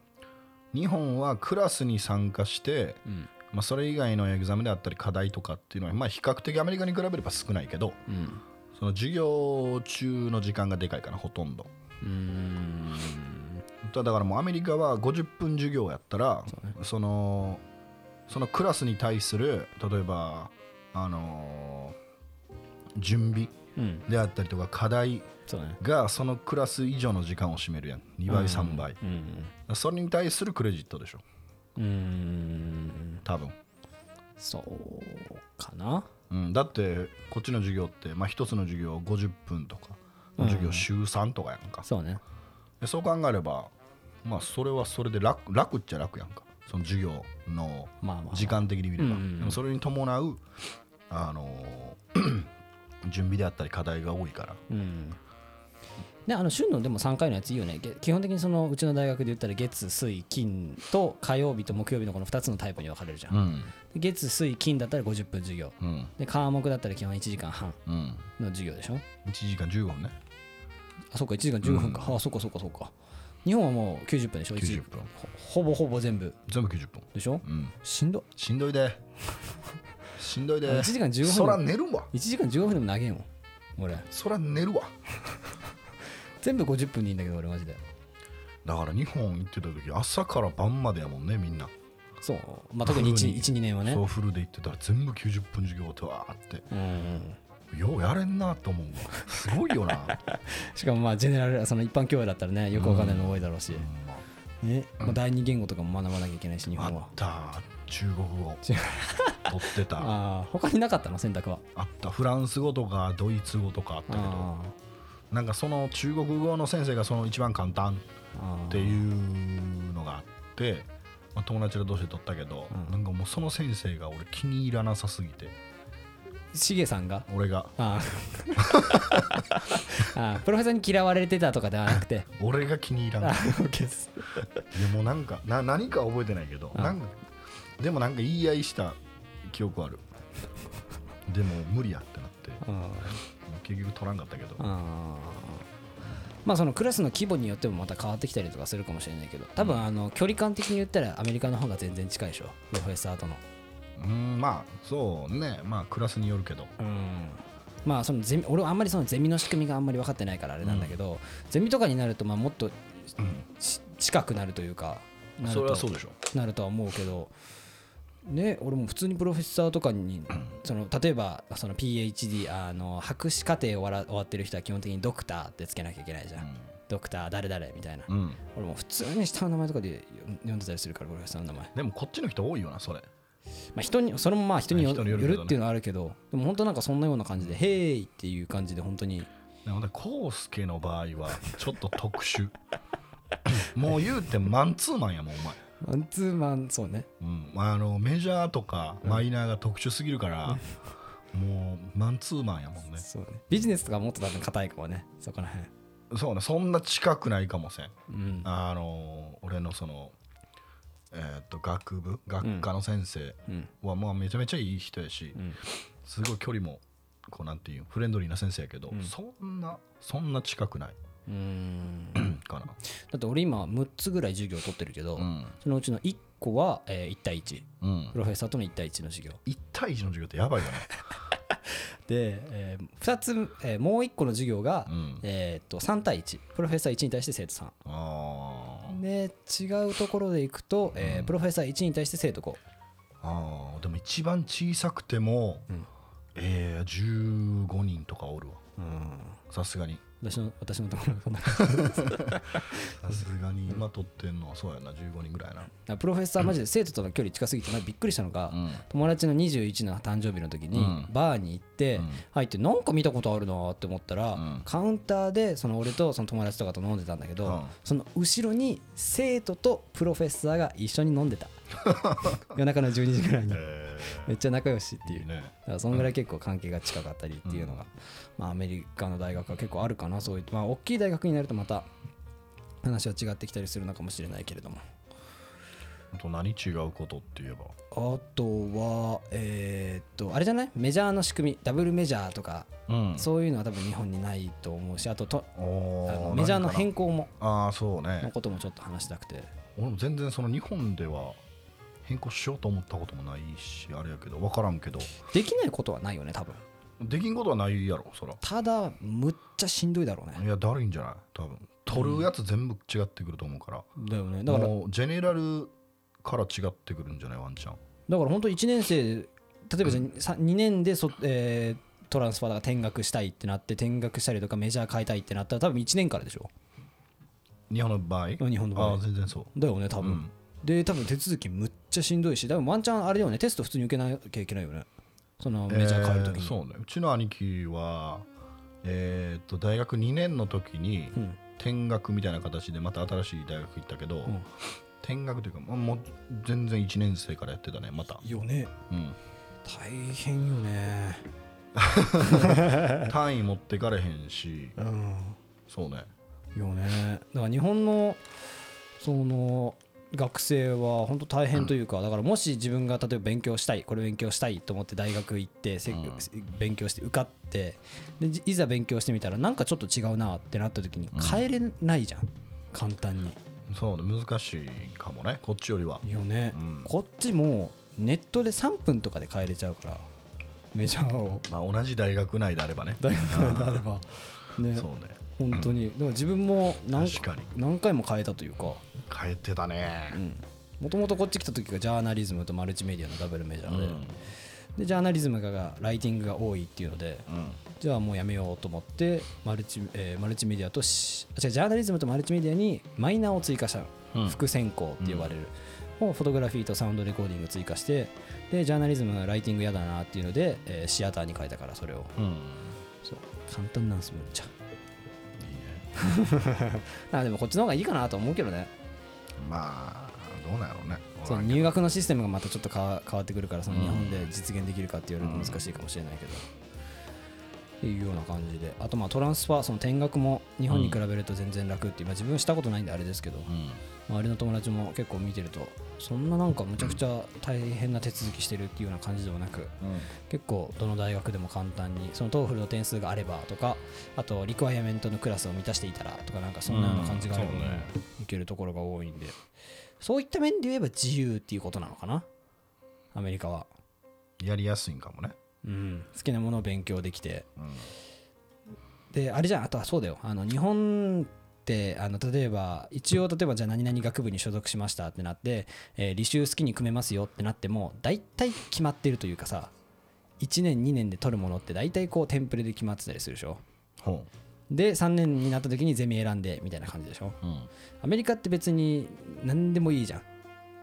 Speaker 1: 日本はクラスに参加して、
Speaker 2: うん
Speaker 1: まあ、それ以外のエグザムであったり課題とかっていうのは、まあ、比較的アメリカに比べれば少ないけど
Speaker 2: うん
Speaker 1: その授業中の時間がでかいかなほとんど
Speaker 2: うーん
Speaker 1: だからもうアメリカは50分授業やったらそ,、のそのクラスに対する例えばあのー準備
Speaker 2: うん
Speaker 1: であったりとか課題
Speaker 2: そうね
Speaker 1: がそのクラス以上の時間を占めるやん2倍3倍、
Speaker 2: うん
Speaker 1: それに対するクレジットでしょ
Speaker 2: うーん
Speaker 1: 多分、
Speaker 2: そうかな
Speaker 1: うん、だってこっちの授業って、まあ、1つの授業50分とかの授業週3とかやんか、
Speaker 2: そうね
Speaker 1: でそう考えればまあそれはそれで楽楽っちゃ楽やんかその授業の
Speaker 2: まあまあ
Speaker 1: 時間的に見れば、
Speaker 2: うんうんうん
Speaker 1: でもそれに伴う、あのー *clears throat* 準備であったり課題が多いから
Speaker 2: うんね、あの旬のでも3回のやついいよねげ基本的にそのうちの大学で言ったら月水金と火曜日と木曜日のこの2つのタイプに分かれるじゃん、
Speaker 1: うん
Speaker 2: で月水金だったら50分授業
Speaker 1: うん
Speaker 2: で科目だったら基本1時間半
Speaker 1: うん
Speaker 2: の授業でしょ
Speaker 1: 1時間15分ね
Speaker 2: あそうか1時間15分か、あそうかそうかそうか日本はもう90分でしょ一時
Speaker 1: 90分
Speaker 2: ほほぼほぼ全部
Speaker 1: 全部90分
Speaker 2: でしょ
Speaker 1: うん
Speaker 2: しんど
Speaker 1: しんどいで
Speaker 2: *laughs*
Speaker 1: しんどいで
Speaker 2: 1時間15分
Speaker 1: そら寝るわ
Speaker 2: 1時間15分でも投げんよ俺
Speaker 1: そら寝るわ
Speaker 2: 全部50分でいいんだけど俺マジで
Speaker 1: だから日本行ってた時朝から晩までやもんねみんな、
Speaker 2: そう、まあ、特に
Speaker 1: フルに
Speaker 2: 12年はね
Speaker 1: そうフルで行ってたら全部90分授業ってわーって
Speaker 2: うん
Speaker 1: ようやれんなと思うわすごい
Speaker 2: *laughs*
Speaker 1: よな、
Speaker 2: しかもまあジェネラルその一般教養だったらねよくわかんないの多いだろうし、
Speaker 1: うんま
Speaker 2: ねまあ、第二言語とかも学ばなきゃいけないし日
Speaker 1: あ、あ
Speaker 2: 本は
Speaker 1: った中国
Speaker 2: *laughs*
Speaker 1: 語取ってたあ
Speaker 2: ああ他になかったの選択は
Speaker 1: ったフランス語とかドイツ語とかあったけど
Speaker 2: あ
Speaker 1: なんかその中国語の先生がその一番簡単
Speaker 2: ーあ
Speaker 1: っ
Speaker 2: ー
Speaker 1: ていうのがあって、まあ、友達ら同士で取ったけど、
Speaker 2: うん
Speaker 1: なんかもうその先生が俺気に入らなさすぎて
Speaker 2: シゲさんが
Speaker 1: 俺が
Speaker 2: あー *laughs* あープロフェッサーに嫌われてたとかではなくて
Speaker 1: 俺が気に入ら
Speaker 2: あ
Speaker 1: ない
Speaker 2: ー OK です
Speaker 1: でもなんかな何かは覚えてないけど
Speaker 2: うん
Speaker 1: なんかでもなんか言い合いした記憶
Speaker 2: *laughs*
Speaker 1: あるでも無理やってなって
Speaker 2: あ
Speaker 1: 結局取らんかったけど
Speaker 2: ーあーまあそのクラスの規模によってもまた変わってきたりとかするかもしれないけど多分あの距離感的に言ったらアメリカの方が全然近いでしょプロフェッサーとの
Speaker 1: うんまあそうねまあクラスによるけど
Speaker 2: うんまあそのゼミ俺はあんまりそのゼミの仕組みがあんまり分かってないからあれなんだけど、ゼミとかになるとまあもっとし近くなるというかなると
Speaker 1: それはそうでしょ
Speaker 2: なるとは思うけどね、俺も普通にプロフェッサーとかにその例えばその PhD あの博士課程終わら終わってる人は基本的にドクターってつけなきゃいけないじゃん、ドクター誰誰みたいな、
Speaker 1: うん、
Speaker 2: 俺も普通に下の名前とかで呼んでたりするからプロフェッサーの名前、ま
Speaker 1: でもこっちの人多いよなそれ
Speaker 2: あ、人にそれもまあ人によ
Speaker 1: 人によるけ
Speaker 2: よ
Speaker 1: どね
Speaker 2: るっていうのはあるけどでも本当なんかそんなような感じで「へい!」っていう感じで本当に
Speaker 1: なのでコウスケの場合はちょっと特
Speaker 2: *laughs*
Speaker 1: 殊もう言うてマンツーマンやもんお前
Speaker 2: マンツーマンそうね
Speaker 1: うん、あのメジャーとかマイナーが特殊すぎるから、もうマンツーマンやもんね
Speaker 2: そうねビジネスとかもっと多分硬いかもねそこら辺
Speaker 1: そうねそんな近くないかもせん
Speaker 2: うん
Speaker 1: あの俺のそのえーっと学部学科の先生
Speaker 2: うん
Speaker 1: はまあめちゃめちゃいい人やし、
Speaker 2: うん
Speaker 1: すごい距離もこうなんていうフレンドリーな先生やけど、
Speaker 2: うん
Speaker 1: そんなそんな近くない
Speaker 2: うーん *coughs*
Speaker 1: か
Speaker 2: だって俺今6つぐらい授業取ってるけど、
Speaker 1: なうん、
Speaker 2: そのうちの1個は、えー1対1
Speaker 1: うん
Speaker 2: プ、ロフェッサーとの1対1の授業
Speaker 1: 1対1の授業ってやばいよね、
Speaker 2: *laughs* で、え2つ、えーもう1個の授業が、
Speaker 1: うん、
Speaker 2: えーっと3対1プロフェッサー1に対して生徒3
Speaker 1: あー
Speaker 2: で違うところでいくと、えープロフェッサー1に対して生徒5
Speaker 1: あーでも一番小さくても、
Speaker 2: うん
Speaker 1: えー、15人とかおるわさすがに
Speaker 2: 私の私のところはそんな *laughs* 感じ
Speaker 1: さすがに今撮ってんのはそうやな15人ぐらいな、
Speaker 2: だからプロフェッサーマジで生徒との距離近すぎてなんかびっくりしたのが、友達の21の誕生日の時に
Speaker 1: うん
Speaker 2: バーに行って、
Speaker 1: うん
Speaker 2: 入ってなんか見たことあるなって思ったら、
Speaker 1: うん
Speaker 2: カウンターでその俺とその友達とかと飲んでたんだけど、その後ろに生徒とプロフェッサーが一緒に飲んでた夜中の12時ぐらいに
Speaker 1: *laughs* え
Speaker 2: めっちゃ仲良しっ
Speaker 1: ー、
Speaker 2: ていう
Speaker 1: いいね
Speaker 2: だからそんぐらい結構関係が近かったりっていうのが、まあ、アメリカの大学は結構あるかなそういうまあ大きい大学になるとまた話は違ってきたりするのかもしれないけれども
Speaker 1: あと何違うことって言えば
Speaker 2: あとはえーっとあれじゃないメジャーの仕組みダブルメジャーとか、
Speaker 1: うん
Speaker 2: そういうのは多分日本にないと思うしあととあ
Speaker 1: お
Speaker 2: の
Speaker 1: ー
Speaker 2: メジャーの
Speaker 1: 何かな
Speaker 2: 変更も
Speaker 1: ああそう
Speaker 2: の
Speaker 1: ね
Speaker 2: こともちょっと話したくて
Speaker 1: 俺も全然その日本では変更しようと思ったこともないしあれやけど分からんけど
Speaker 2: できないことはないよね多分
Speaker 1: できんことはないやろそら
Speaker 2: ただむっちゃしんどいだろう
Speaker 1: い
Speaker 2: ね
Speaker 1: やだるいんじゃない多分取るやつ全部違ってくると思うから、
Speaker 2: だよねだからだか
Speaker 1: もうジェネラルから違ってくるんじゃないワンちゃん
Speaker 2: ら本当1年生例えばじゃあ2年でそ、えートランスファーだから転学したいってなって転学したりとかメジャー変えたいってなったら多分1年からでしょ
Speaker 1: 日本の場合
Speaker 2: 日本の場
Speaker 1: ああ
Speaker 2: 合
Speaker 1: 全然そう
Speaker 2: だよね多分、
Speaker 1: うん
Speaker 2: で多分手続きむっちゃしんどいし多分ワンチャンあれだよねテスト普通に受けなきゃいけないよねそのメジャー変えるとき
Speaker 1: えー
Speaker 2: に、
Speaker 1: そうねうちの兄貴はえーっと大学2年の時に
Speaker 2: うん
Speaker 1: 転学みたいな形でまた新しい大学行ったけど、
Speaker 2: ん
Speaker 1: 転学というかもうもう全然1年生からやってたねまた、
Speaker 2: よね
Speaker 1: うん、
Speaker 2: 大変よね
Speaker 1: 単位持ってかれへんし
Speaker 2: うん
Speaker 1: そうね
Speaker 2: よねだから日本のその学生は本当大変というか、だからもし自分が例えば勉強したいこれ勉強したいと思って大学行って、せっ
Speaker 1: うん
Speaker 2: 勉強して受かってでじいざ勉強してみたらなんかちょっと違うなってなった時に変えれないじゃん、簡単に
Speaker 1: そうね難しいかもねこっちよりは
Speaker 2: よね、
Speaker 1: うん
Speaker 2: こっちもネットで3分とかで変えれちゃうからメジャーを
Speaker 1: まあ同じ大学内であればね
Speaker 2: 大学であればね
Speaker 1: そうね
Speaker 2: 本当にでも自分も何
Speaker 1: 確かに
Speaker 2: 何回も変えたというか
Speaker 1: 変えてたね
Speaker 2: もともとこっち来た時がジャーナリズムとマルチメディアのダブルメジャーで,、
Speaker 1: うん
Speaker 2: でジャーナリズムががライティングが多いっていうので
Speaker 1: うん
Speaker 2: じゃあもうやめようと思ってマルチ,、えーマルチメディアとしあ違うジャーナリズムとマルチメディアにマイナーを追加したの、
Speaker 1: うん
Speaker 2: 副専攻って呼ばれる、をフォトグラフィーとサウンドレコーディング追加してでジャーナリズムはライティング嫌だなっていうので、えーシアターに変えたからそれを
Speaker 1: うん
Speaker 2: そう簡単なんですめっちゃ *laughs* あでもこっちの方がいいかなと思うけどね
Speaker 1: まあどうなんやろうね
Speaker 2: その入学のシステムがまたちょっと変わ変わってくるからその日本で実現できるかって言われると難しいかもしれないけど、っていうような感じであとまあトランスファーその転学も日本に比べると全然楽っていう、まあ、自分したことないんであれですけど
Speaker 1: うん
Speaker 2: 周りの友達も結構見てるとそんななんかむちゃくちゃ大変な手続きしてるっていうような感じでもなく結構どの大学でも簡単にその TOEFL の点数があればとかあとリクワイアメントのクラスを満たしていたらとかなんかそんなような感じがあれば
Speaker 1: うんそうね
Speaker 2: いけるところが多いんでそういった面で言えば自由っていうことなのかなアメリカは、
Speaker 1: やりやすいんかもね
Speaker 2: うん、好きなものを勉強できて
Speaker 1: うん
Speaker 2: であれじゃんあとはそうだよあの日本ってあの例えば一応例えばじゃあ何々学部に所属しましたってなって、えー履修好きに組めますよってなっても大体決まってるというかさ1年2年で取るものって大体こうテンプレで決まってたりするでしょ
Speaker 1: ほ
Speaker 2: で3年になった時にゼミ選んでみたいな感じでしょ
Speaker 1: う、うん、
Speaker 2: アメリカって別に何でもいいじゃん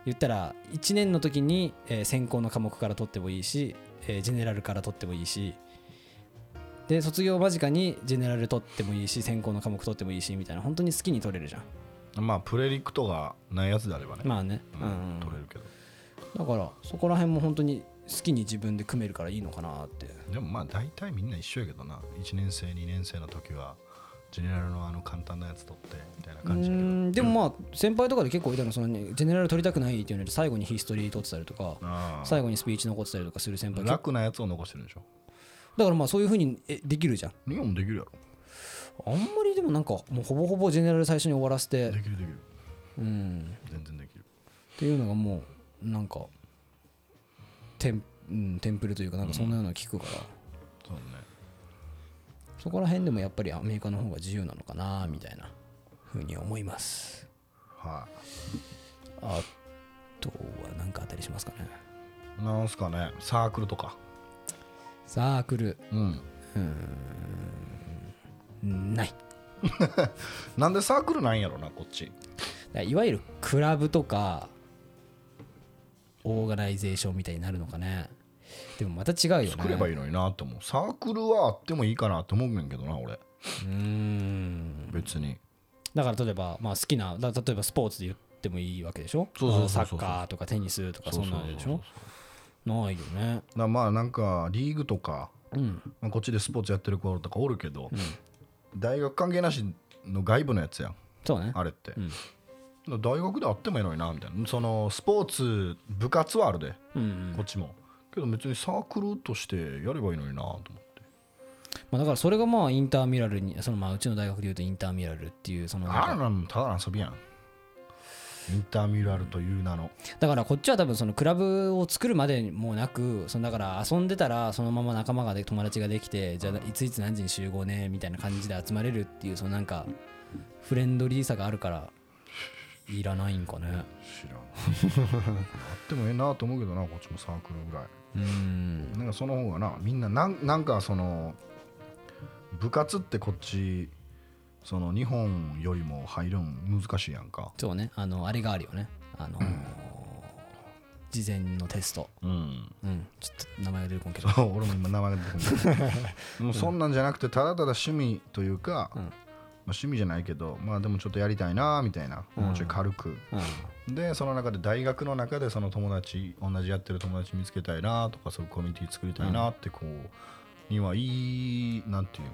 Speaker 2: 言ったら1年の時に、えー専攻の科目から取ってもいいし、えージェネラルから取ってもいいしで卒業間近にジェネラル取ってもいいし専攻の科目取ってもいいしみたいな本当に好きに取れるじゃん
Speaker 1: まあプレリクトがないやつであればね、
Speaker 2: まあね、
Speaker 1: う
Speaker 2: うんんうん
Speaker 1: 取れるけど
Speaker 2: だからそこら辺も本当に好きに自分で組めるからいいのかなって
Speaker 1: でもまあ大体みんな一緒やけどな1年生2年生の時はジェネラルのあの簡単なやつ取ってみたいな
Speaker 2: う
Speaker 1: 感じやけど
Speaker 2: んでもまあ先輩とかで結構いたのその、ね、ジェネラル取りたくないっていうので最後にヒストリー取ってたりとか
Speaker 1: ああ
Speaker 2: 最後にスピーチ残ってたりとかする先輩結構
Speaker 1: 楽なやつを残してるんでしょ
Speaker 2: だからまあそういうふうにえできるじゃん
Speaker 1: 日本できるやろ
Speaker 2: あんまりでもなんかもうほぼほぼジェネラル最初に終わらせて
Speaker 1: で、きるできる
Speaker 2: うん、
Speaker 1: 全然できる
Speaker 2: っていうのがもうなんかテン,、うん、テンプルというかなんかそんなようなの聞くから、
Speaker 1: そうね
Speaker 2: そこら辺でもやっぱりアメリカの方が自由なのかなみたいなふうに思います
Speaker 1: は
Speaker 2: あとは何かあったりしますかね
Speaker 1: いなんすかねサークルとか
Speaker 2: サークル
Speaker 1: うん
Speaker 2: ないだか
Speaker 1: なんでサークルなんやろなこっち
Speaker 2: らいわゆるクラブとかオーガナイゼーションみたいになるのかねでもまた違うよね
Speaker 1: 作ればいいのになって思うサークルはあってもいいかなって思うねんけどな俺
Speaker 2: うーん
Speaker 1: 別に
Speaker 2: だから例えば、まあ、好きなだ例えばスポーツで言ってもいいわけでしょ
Speaker 1: そうそうそうそう
Speaker 2: あのサッカーとかテニスとかそんなのでしょないよね
Speaker 1: だからまあなんかリーグとか、
Speaker 2: うん
Speaker 1: まあ、こっちでスポーツやってる子とかおるけど、大学関係なしの外部のやつやん
Speaker 2: そうね
Speaker 1: あれって、
Speaker 2: うん
Speaker 1: だから大学であってもいいのになみたいなそのスポーツ部活はあるで、
Speaker 2: うんうん
Speaker 1: こっちもけど別にサークルとしてやればいいのになと思って
Speaker 2: まあ、だからそれがまあインターミラルにそのまあうちの大学でいうとインターミラルっていうその
Speaker 1: あらなんもただの遊びやんインターミュラルという名の
Speaker 2: だからこっちは多分そのクラブを作るまでもなくそのだから遊んでたらそのまま仲間がで友達ができてじゃあいついつ何時に集合ねみたいな感じで集まれるっていうそのなんかフレンドリーさがあるからいらないんかね
Speaker 1: 知らんあってもええなと思うけどなこっちもサークルぐらい
Speaker 2: うん
Speaker 1: なんかその方がなみんななんなんかその部活ってこっちその日本よりも入るん難しいやんか
Speaker 2: そうね、あの、あれがあるよね。あのー事前のテスト。
Speaker 1: うん
Speaker 2: うん、ちょっと名前が出てこんけど。
Speaker 1: そう俺も今名前が出てこない
Speaker 2: *laughs*
Speaker 1: もうそんなんじゃなくてただただ趣味というか、
Speaker 2: うん
Speaker 1: まあ、趣味じゃないけどまあでもちょっとやりたいなみたいなもうちょい軽く、
Speaker 2: うん、
Speaker 1: でその中で大学の中でその友達同じやってる友達見つけたいなとかそういうコミュニティ作りたいなってこう、にはいいなんていう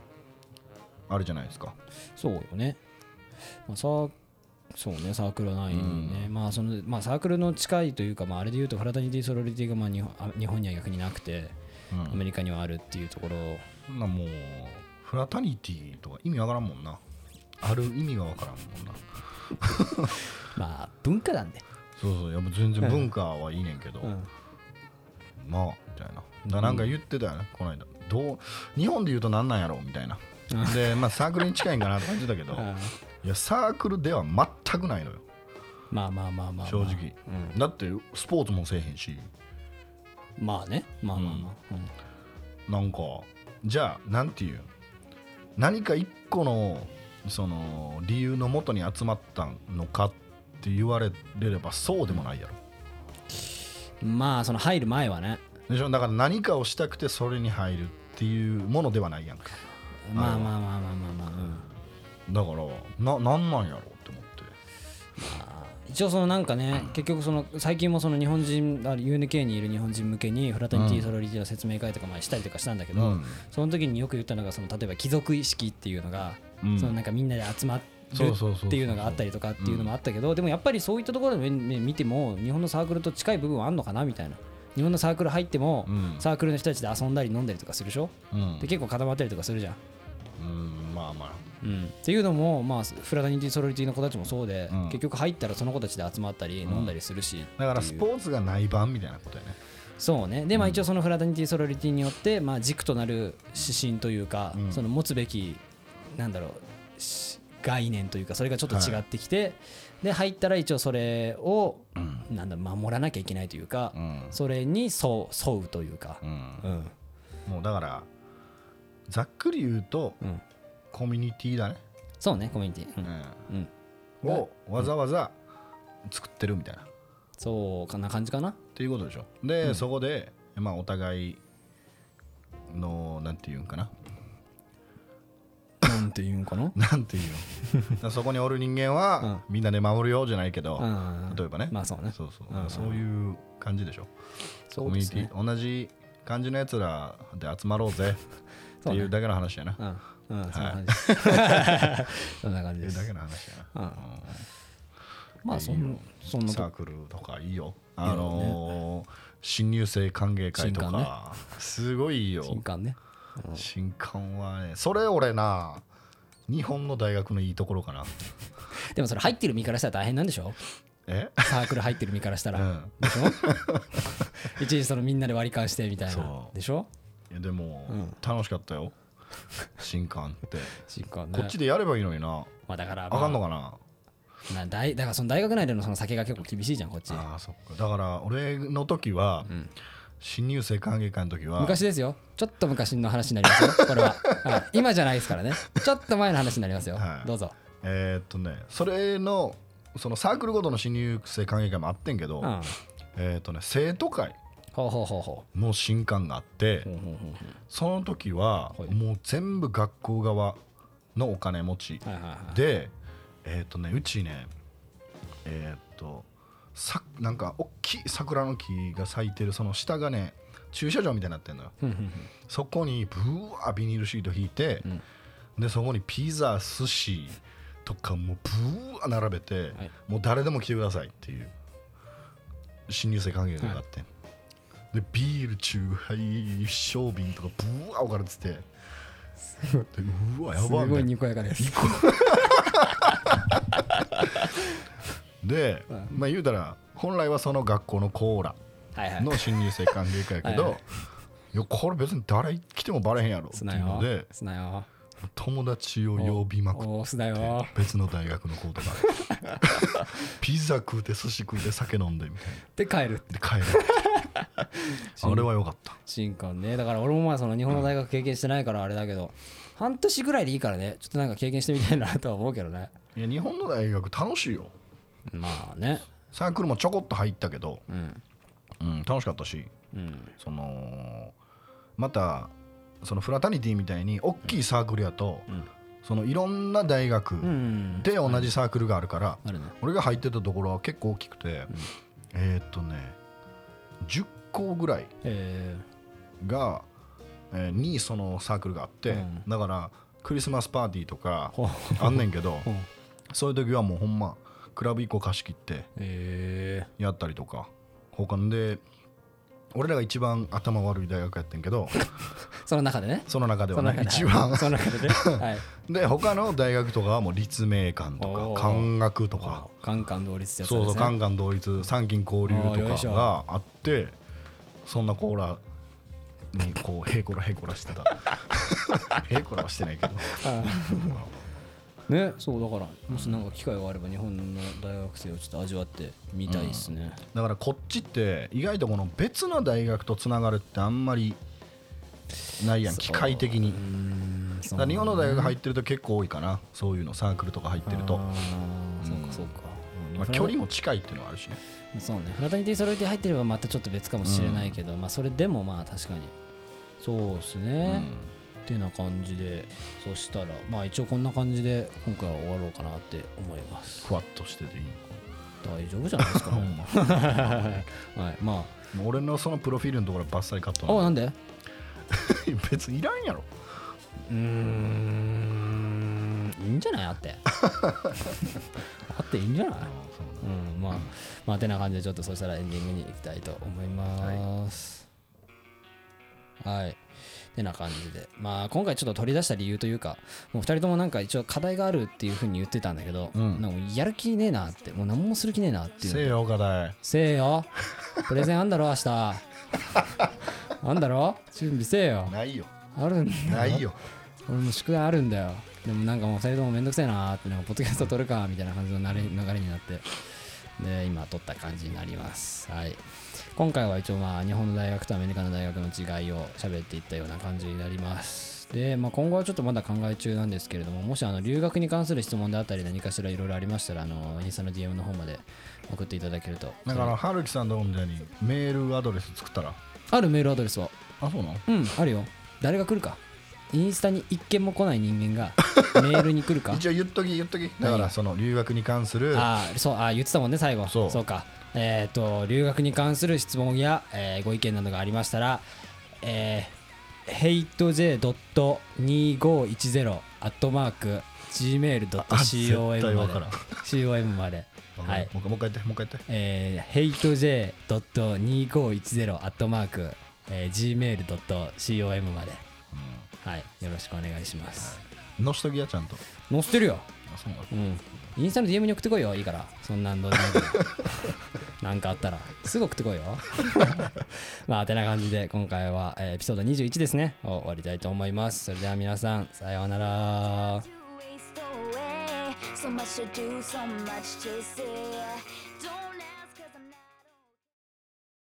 Speaker 1: あるじゃないですか
Speaker 2: そうよね。まあ、サーそうね、サークルはないね。まあ、その、まあ、サークルの近いというか、まあ、あれで言うと、フラタニティソロリティが、まあ、日本あ日本には逆になくて、
Speaker 1: うん
Speaker 2: アメリカにはあるっていうところ。
Speaker 1: そんなもうフラタニティとか意味わからんもんなある意味がわからんもんな
Speaker 2: まあ、文化なんで。
Speaker 1: そうそういやもう全然文化はいいねんけど、
Speaker 2: うん。
Speaker 1: まあみたいなだからなんか言ってたよね、この間どう日本で言うとなんなんやろうみたいなでまあサークルに近いんかなって感じだけどいやサークルでは全くないのよ
Speaker 2: まあまあまあまあまあ。
Speaker 1: 正直、だってスポーツもせえへんし
Speaker 2: まあね。まあまあまあ。うん
Speaker 1: なんかじゃあなんていうん何か一個のその理由のもとに集まったのかって言われればそうでもないやろ
Speaker 2: まあ、その入る前はね。
Speaker 1: でしょだから何かをしたくてそれに入るっていうものではないやんか
Speaker 2: まあまあまあまあまあまあ。うん
Speaker 1: だからななんなんやろうって思って
Speaker 2: 一応そのなんかね結局その最近もその日本人あ UNK にいる日本人向けにフラタニティ・ソロリティの説明会とかまあしたりとかしたんだけど、
Speaker 1: うん
Speaker 2: その時によく言ったのがその例えば貴族意識っていうのが、
Speaker 1: うん
Speaker 2: そのなんかみんなで集まる
Speaker 1: そうそうそうそう
Speaker 2: っていうのがあったりとかっていうのもあったけど、でもやっぱりそういったところでね見ても日本のサークルと近い部分はあんのかなみたいな日本のサークル入っても、
Speaker 1: うん
Speaker 2: サークルの人たちで遊んだり飲んだりとかするでしょ
Speaker 1: うん
Speaker 2: で結構固まったりとかするじゃん、
Speaker 1: うんまあまあ
Speaker 2: っていうのも、まあ、フラダニティ・ソロリティの子たちもそうで、
Speaker 1: うん
Speaker 2: 結局入ったらその子たちで集まったり飲んだりするし、
Speaker 1: だからスポーツがない版みたいなことやね
Speaker 2: そうねで、まあ、一応そのフラダニティ・ソロリティによって、まあ、軸となる指針というか、
Speaker 1: うん
Speaker 2: その持つべきなんだろうし概念というかそれがちょっと違ってきて、で入ったら一応それを、なんだ守らなきゃいけないというか、
Speaker 1: うん
Speaker 2: それに沿う沿うというか、
Speaker 1: うん
Speaker 2: うん
Speaker 1: もうだからざっくり言うと、
Speaker 2: うん
Speaker 1: コミュニティだね、
Speaker 2: そうねコミュニティ、うんうん
Speaker 1: うんをわざわざ作ってるみたいな、っ
Speaker 2: そうかな感じかな
Speaker 1: ていうことでしょで、そこで、まあ、お互いのなんていうんかな
Speaker 2: *laughs*
Speaker 1: *laughs*
Speaker 2: なんていうんかな
Speaker 1: なんていうのだ
Speaker 2: *laughs*
Speaker 1: からそこにおる人間は、みんなで守るよじゃないけど、
Speaker 2: うん
Speaker 1: 例えばね、
Speaker 2: まあそうね
Speaker 1: そうそう、
Speaker 2: うん
Speaker 1: そういう感じでしょ
Speaker 2: そ
Speaker 1: コ
Speaker 2: う
Speaker 1: ミュ
Speaker 2: で
Speaker 1: ニ
Speaker 2: す
Speaker 1: ティ、
Speaker 2: ね
Speaker 1: 同じ感じのやつらで集まろうぜって
Speaker 2: *laughs* そうね
Speaker 1: いうだけの話やな、
Speaker 2: うんうんそんな感じです *laughs* そんな感じ
Speaker 1: っていう
Speaker 2: で
Speaker 1: だ
Speaker 2: す
Speaker 1: けの話やな、
Speaker 2: まあそんそんな
Speaker 1: サ
Speaker 2: と
Speaker 1: ークルとかいいよあのー新入生歓迎会と
Speaker 2: 新歓ね
Speaker 1: か、すごいいいよ
Speaker 2: 新刊ね
Speaker 1: 新刊はねそれ俺な日本の大学のいいところかな
Speaker 2: でもそれ入ってる身からしたら大変なんでし *laughs* ょ
Speaker 1: え
Speaker 2: サークル入ってる身からした
Speaker 1: う
Speaker 2: ら
Speaker 1: ん
Speaker 2: でしょ一時そのみんなで割り勘してみたいな
Speaker 1: そう
Speaker 2: でしょ
Speaker 1: いやでも、
Speaker 2: うん
Speaker 1: 楽しかったよ新刊って、
Speaker 2: 新刊ね
Speaker 1: こっちでやればいいのにな
Speaker 2: まあだから
Speaker 1: あかんの
Speaker 2: ま
Speaker 1: かな
Speaker 2: あな大だからその大学内でのその酒が結構厳しいじゃんこっち
Speaker 1: あーそっかだから俺の時は、新入生歓迎会の時は
Speaker 2: 昔ですよちょっと昔の話になりますよ *laughs* これは、はい今じゃないですからねちょっと前の話になりますよ、
Speaker 1: はい
Speaker 2: どうぞ、
Speaker 1: えーっとねそれのそのサークルごとの新入生歓迎会もあってんけど、
Speaker 2: うん、
Speaker 1: えーっとね生徒会
Speaker 2: ほうほうほうほ
Speaker 1: の新刊があって、
Speaker 2: うほうほうほ
Speaker 1: その時は
Speaker 2: はい
Speaker 1: もう全部学校側のお金持ち
Speaker 2: うはいはいはい
Speaker 1: でえっ、とねうちねえっ、とさなんか大きい桜の木が咲いてるその下がね駐車場みたいになってんのよ
Speaker 2: ふんふん
Speaker 1: そこにブワービニールシート引いて、
Speaker 2: ん
Speaker 1: でそこにピザ寿司とかもうブワー並べて、
Speaker 2: はい
Speaker 1: もう誰でも来てくださいっていう新入生歓迎会があって、でビールチューハイ商品とかブワー置かれててでうわや
Speaker 2: ふんす
Speaker 1: ばいみたいな
Speaker 2: ごいにこやかです
Speaker 1: で、まあ言うたら本来はその学校のコーラ
Speaker 2: はいはい
Speaker 1: の新入生歓迎会やけど
Speaker 2: はいはい
Speaker 1: やこれ別に誰来てもバレへんやろってい
Speaker 2: すな
Speaker 1: うの
Speaker 2: よ
Speaker 1: です
Speaker 2: なよ
Speaker 1: 友達を呼びまくっ
Speaker 2: おおすなよ
Speaker 1: て別の大学の子とか *laughs* ピザ食うて寿司食うて酒飲んでみたい
Speaker 2: で帰る
Speaker 1: な *laughs* で帰るあれは良かった
Speaker 2: 新刊ねだから俺もまあその日本の大学経験してないからあれだけど半年ぐらいでいいからねちょっとなんか経験してみたいなとは思うけどね
Speaker 1: いや日本の大学楽しいよ
Speaker 2: まあね
Speaker 1: サークルもちょこっと入ったけど、
Speaker 2: うん
Speaker 1: うん、楽しかったし
Speaker 2: うん
Speaker 1: そのまたそのフラタニティみたいに大きいサークルやと、
Speaker 2: ん
Speaker 1: そのいろんな大学
Speaker 2: うん
Speaker 1: で同じサークルがあるから、
Speaker 2: あるね
Speaker 1: 俺が入ってたところは結構大きくて、えーっとね10校ぐらい
Speaker 2: え
Speaker 1: が、えーにそのサークルがあって、
Speaker 2: うん
Speaker 1: だからクリスマスパーティーとか
Speaker 2: ほう
Speaker 1: あんねんけど
Speaker 2: ほう
Speaker 1: そういう時はもうほんまクラブ1個貸し切って
Speaker 2: え
Speaker 1: やったりとか他ので俺らが一番頭悪い大学やってんけど
Speaker 2: ーその中でね
Speaker 1: その中で
Speaker 2: そ
Speaker 1: は
Speaker 2: の
Speaker 1: ね
Speaker 2: 中で
Speaker 1: 一番
Speaker 2: その中でねはい
Speaker 1: *laughs* で他の大学とかはもう立命館と
Speaker 2: おー
Speaker 1: か漢学とか
Speaker 2: カンカン同率ってやつ
Speaker 1: そうそうカンカン同率三金交流
Speaker 2: あーよいし
Speaker 1: と
Speaker 2: ょ
Speaker 1: かがあってそんなコーラにこうへいこらへいこらしてた
Speaker 2: *laughs*
Speaker 1: へいこらはしてないけど
Speaker 2: ンねそうだからもしなんか機会があれば日本の大学生をちょっと味わってみたいですね、
Speaker 1: だからこっちって意外とこの別の大学とつながるってあんまりないやん機械的に
Speaker 2: うん
Speaker 1: だから日本の大学入ってると結構多いかなそういうのサークルとか入ってると
Speaker 2: あーそうかそうか、
Speaker 1: まあ距離も近いっていうのはあるしね
Speaker 2: そうねフラタニティ揃えて入ってればまたちょっと別かもしれないけど、まあそれでもまあ確かにそうですね、ってな感じでそしたらまあ一応こんな感じで今回は終わろうかなって思い *laughs* ます
Speaker 1: ふわっとしてていい
Speaker 2: 大丈夫じゃないですか、 *laughs* ね、はいま
Speaker 1: もう俺のそのプロフィールのところはバッサリカット
Speaker 2: ああ
Speaker 1: なの
Speaker 2: なんで
Speaker 1: *laughs* 別にいらんやろ
Speaker 2: うーんいいんじゃないあってあっていいんじゃ
Speaker 1: *laughs*
Speaker 2: ないうんまあまあてな感じでちょっとそしたらエンディングに行きたいと思いますはい、てな感じでまあ今回ちょっと取り出した理由というかもう2人ともなんか一応課題があるっていうふうに言ってたんだけど、
Speaker 1: うん
Speaker 2: なんかもうやる気ねえなってもう何もする気ねえなっていうの
Speaker 1: せえよ課題
Speaker 2: せえよプレゼンあんだろ明
Speaker 1: *laughs*
Speaker 2: 日あんだろ準備せえよ
Speaker 1: ないよ
Speaker 2: あるんだよ
Speaker 1: ないよ
Speaker 2: 俺も宿題あるんだよでもなんかもう2人ともめんどくせえなーってなんかポッドキャスト撮るかみたいな感じの流れ流れになってで今撮った感じになりますはい今回は一応まあ日本の大学とアメリカの大学の違いを喋っていったような感じになりますで、まあ、今後はちょっとまだ考え中なんですけれどももしあの留学に関する質問であったり何かしらいろいろありましたらあのインスタの DM の方まで送っていただけると
Speaker 1: だから春樹さんとこみたいにメールアドレス作ったら
Speaker 2: あるメールアドレスは
Speaker 1: あそうなの
Speaker 2: うんあるよ誰が来るかインスタに一件も来ない人間がメールに来るか
Speaker 1: 一応言っとき言っときだからその留学に関する
Speaker 2: あーそうあー言ってたもんね最後
Speaker 1: そう
Speaker 2: かえっ、と留学に関する質問や、えーご意見などがありましたらえー hatej.2510 アットマーク
Speaker 1: あ絶対
Speaker 2: gmail.com ま
Speaker 1: わから
Speaker 2: で
Speaker 1: ん
Speaker 2: com までは
Speaker 1: はい
Speaker 2: い
Speaker 1: もう一回もう一回言ってもう一回言って
Speaker 2: えー hatej.2510 アットマーク gmail.com まではいよろしくお願いします
Speaker 1: のしときやちゃんと
Speaker 2: 載せてるよ
Speaker 1: あそうなの
Speaker 2: うん、インスタの DM に送ってこいよいいからそんなんどうで *laughs* もいいからなんかあったらすぐ送ってこいよ *laughs* まあてな感じで今回は、えーエピソード21ですねを終わりたいと思いますそれでは皆さんさようなら
Speaker 3: to waste away. So much to do, so much to see.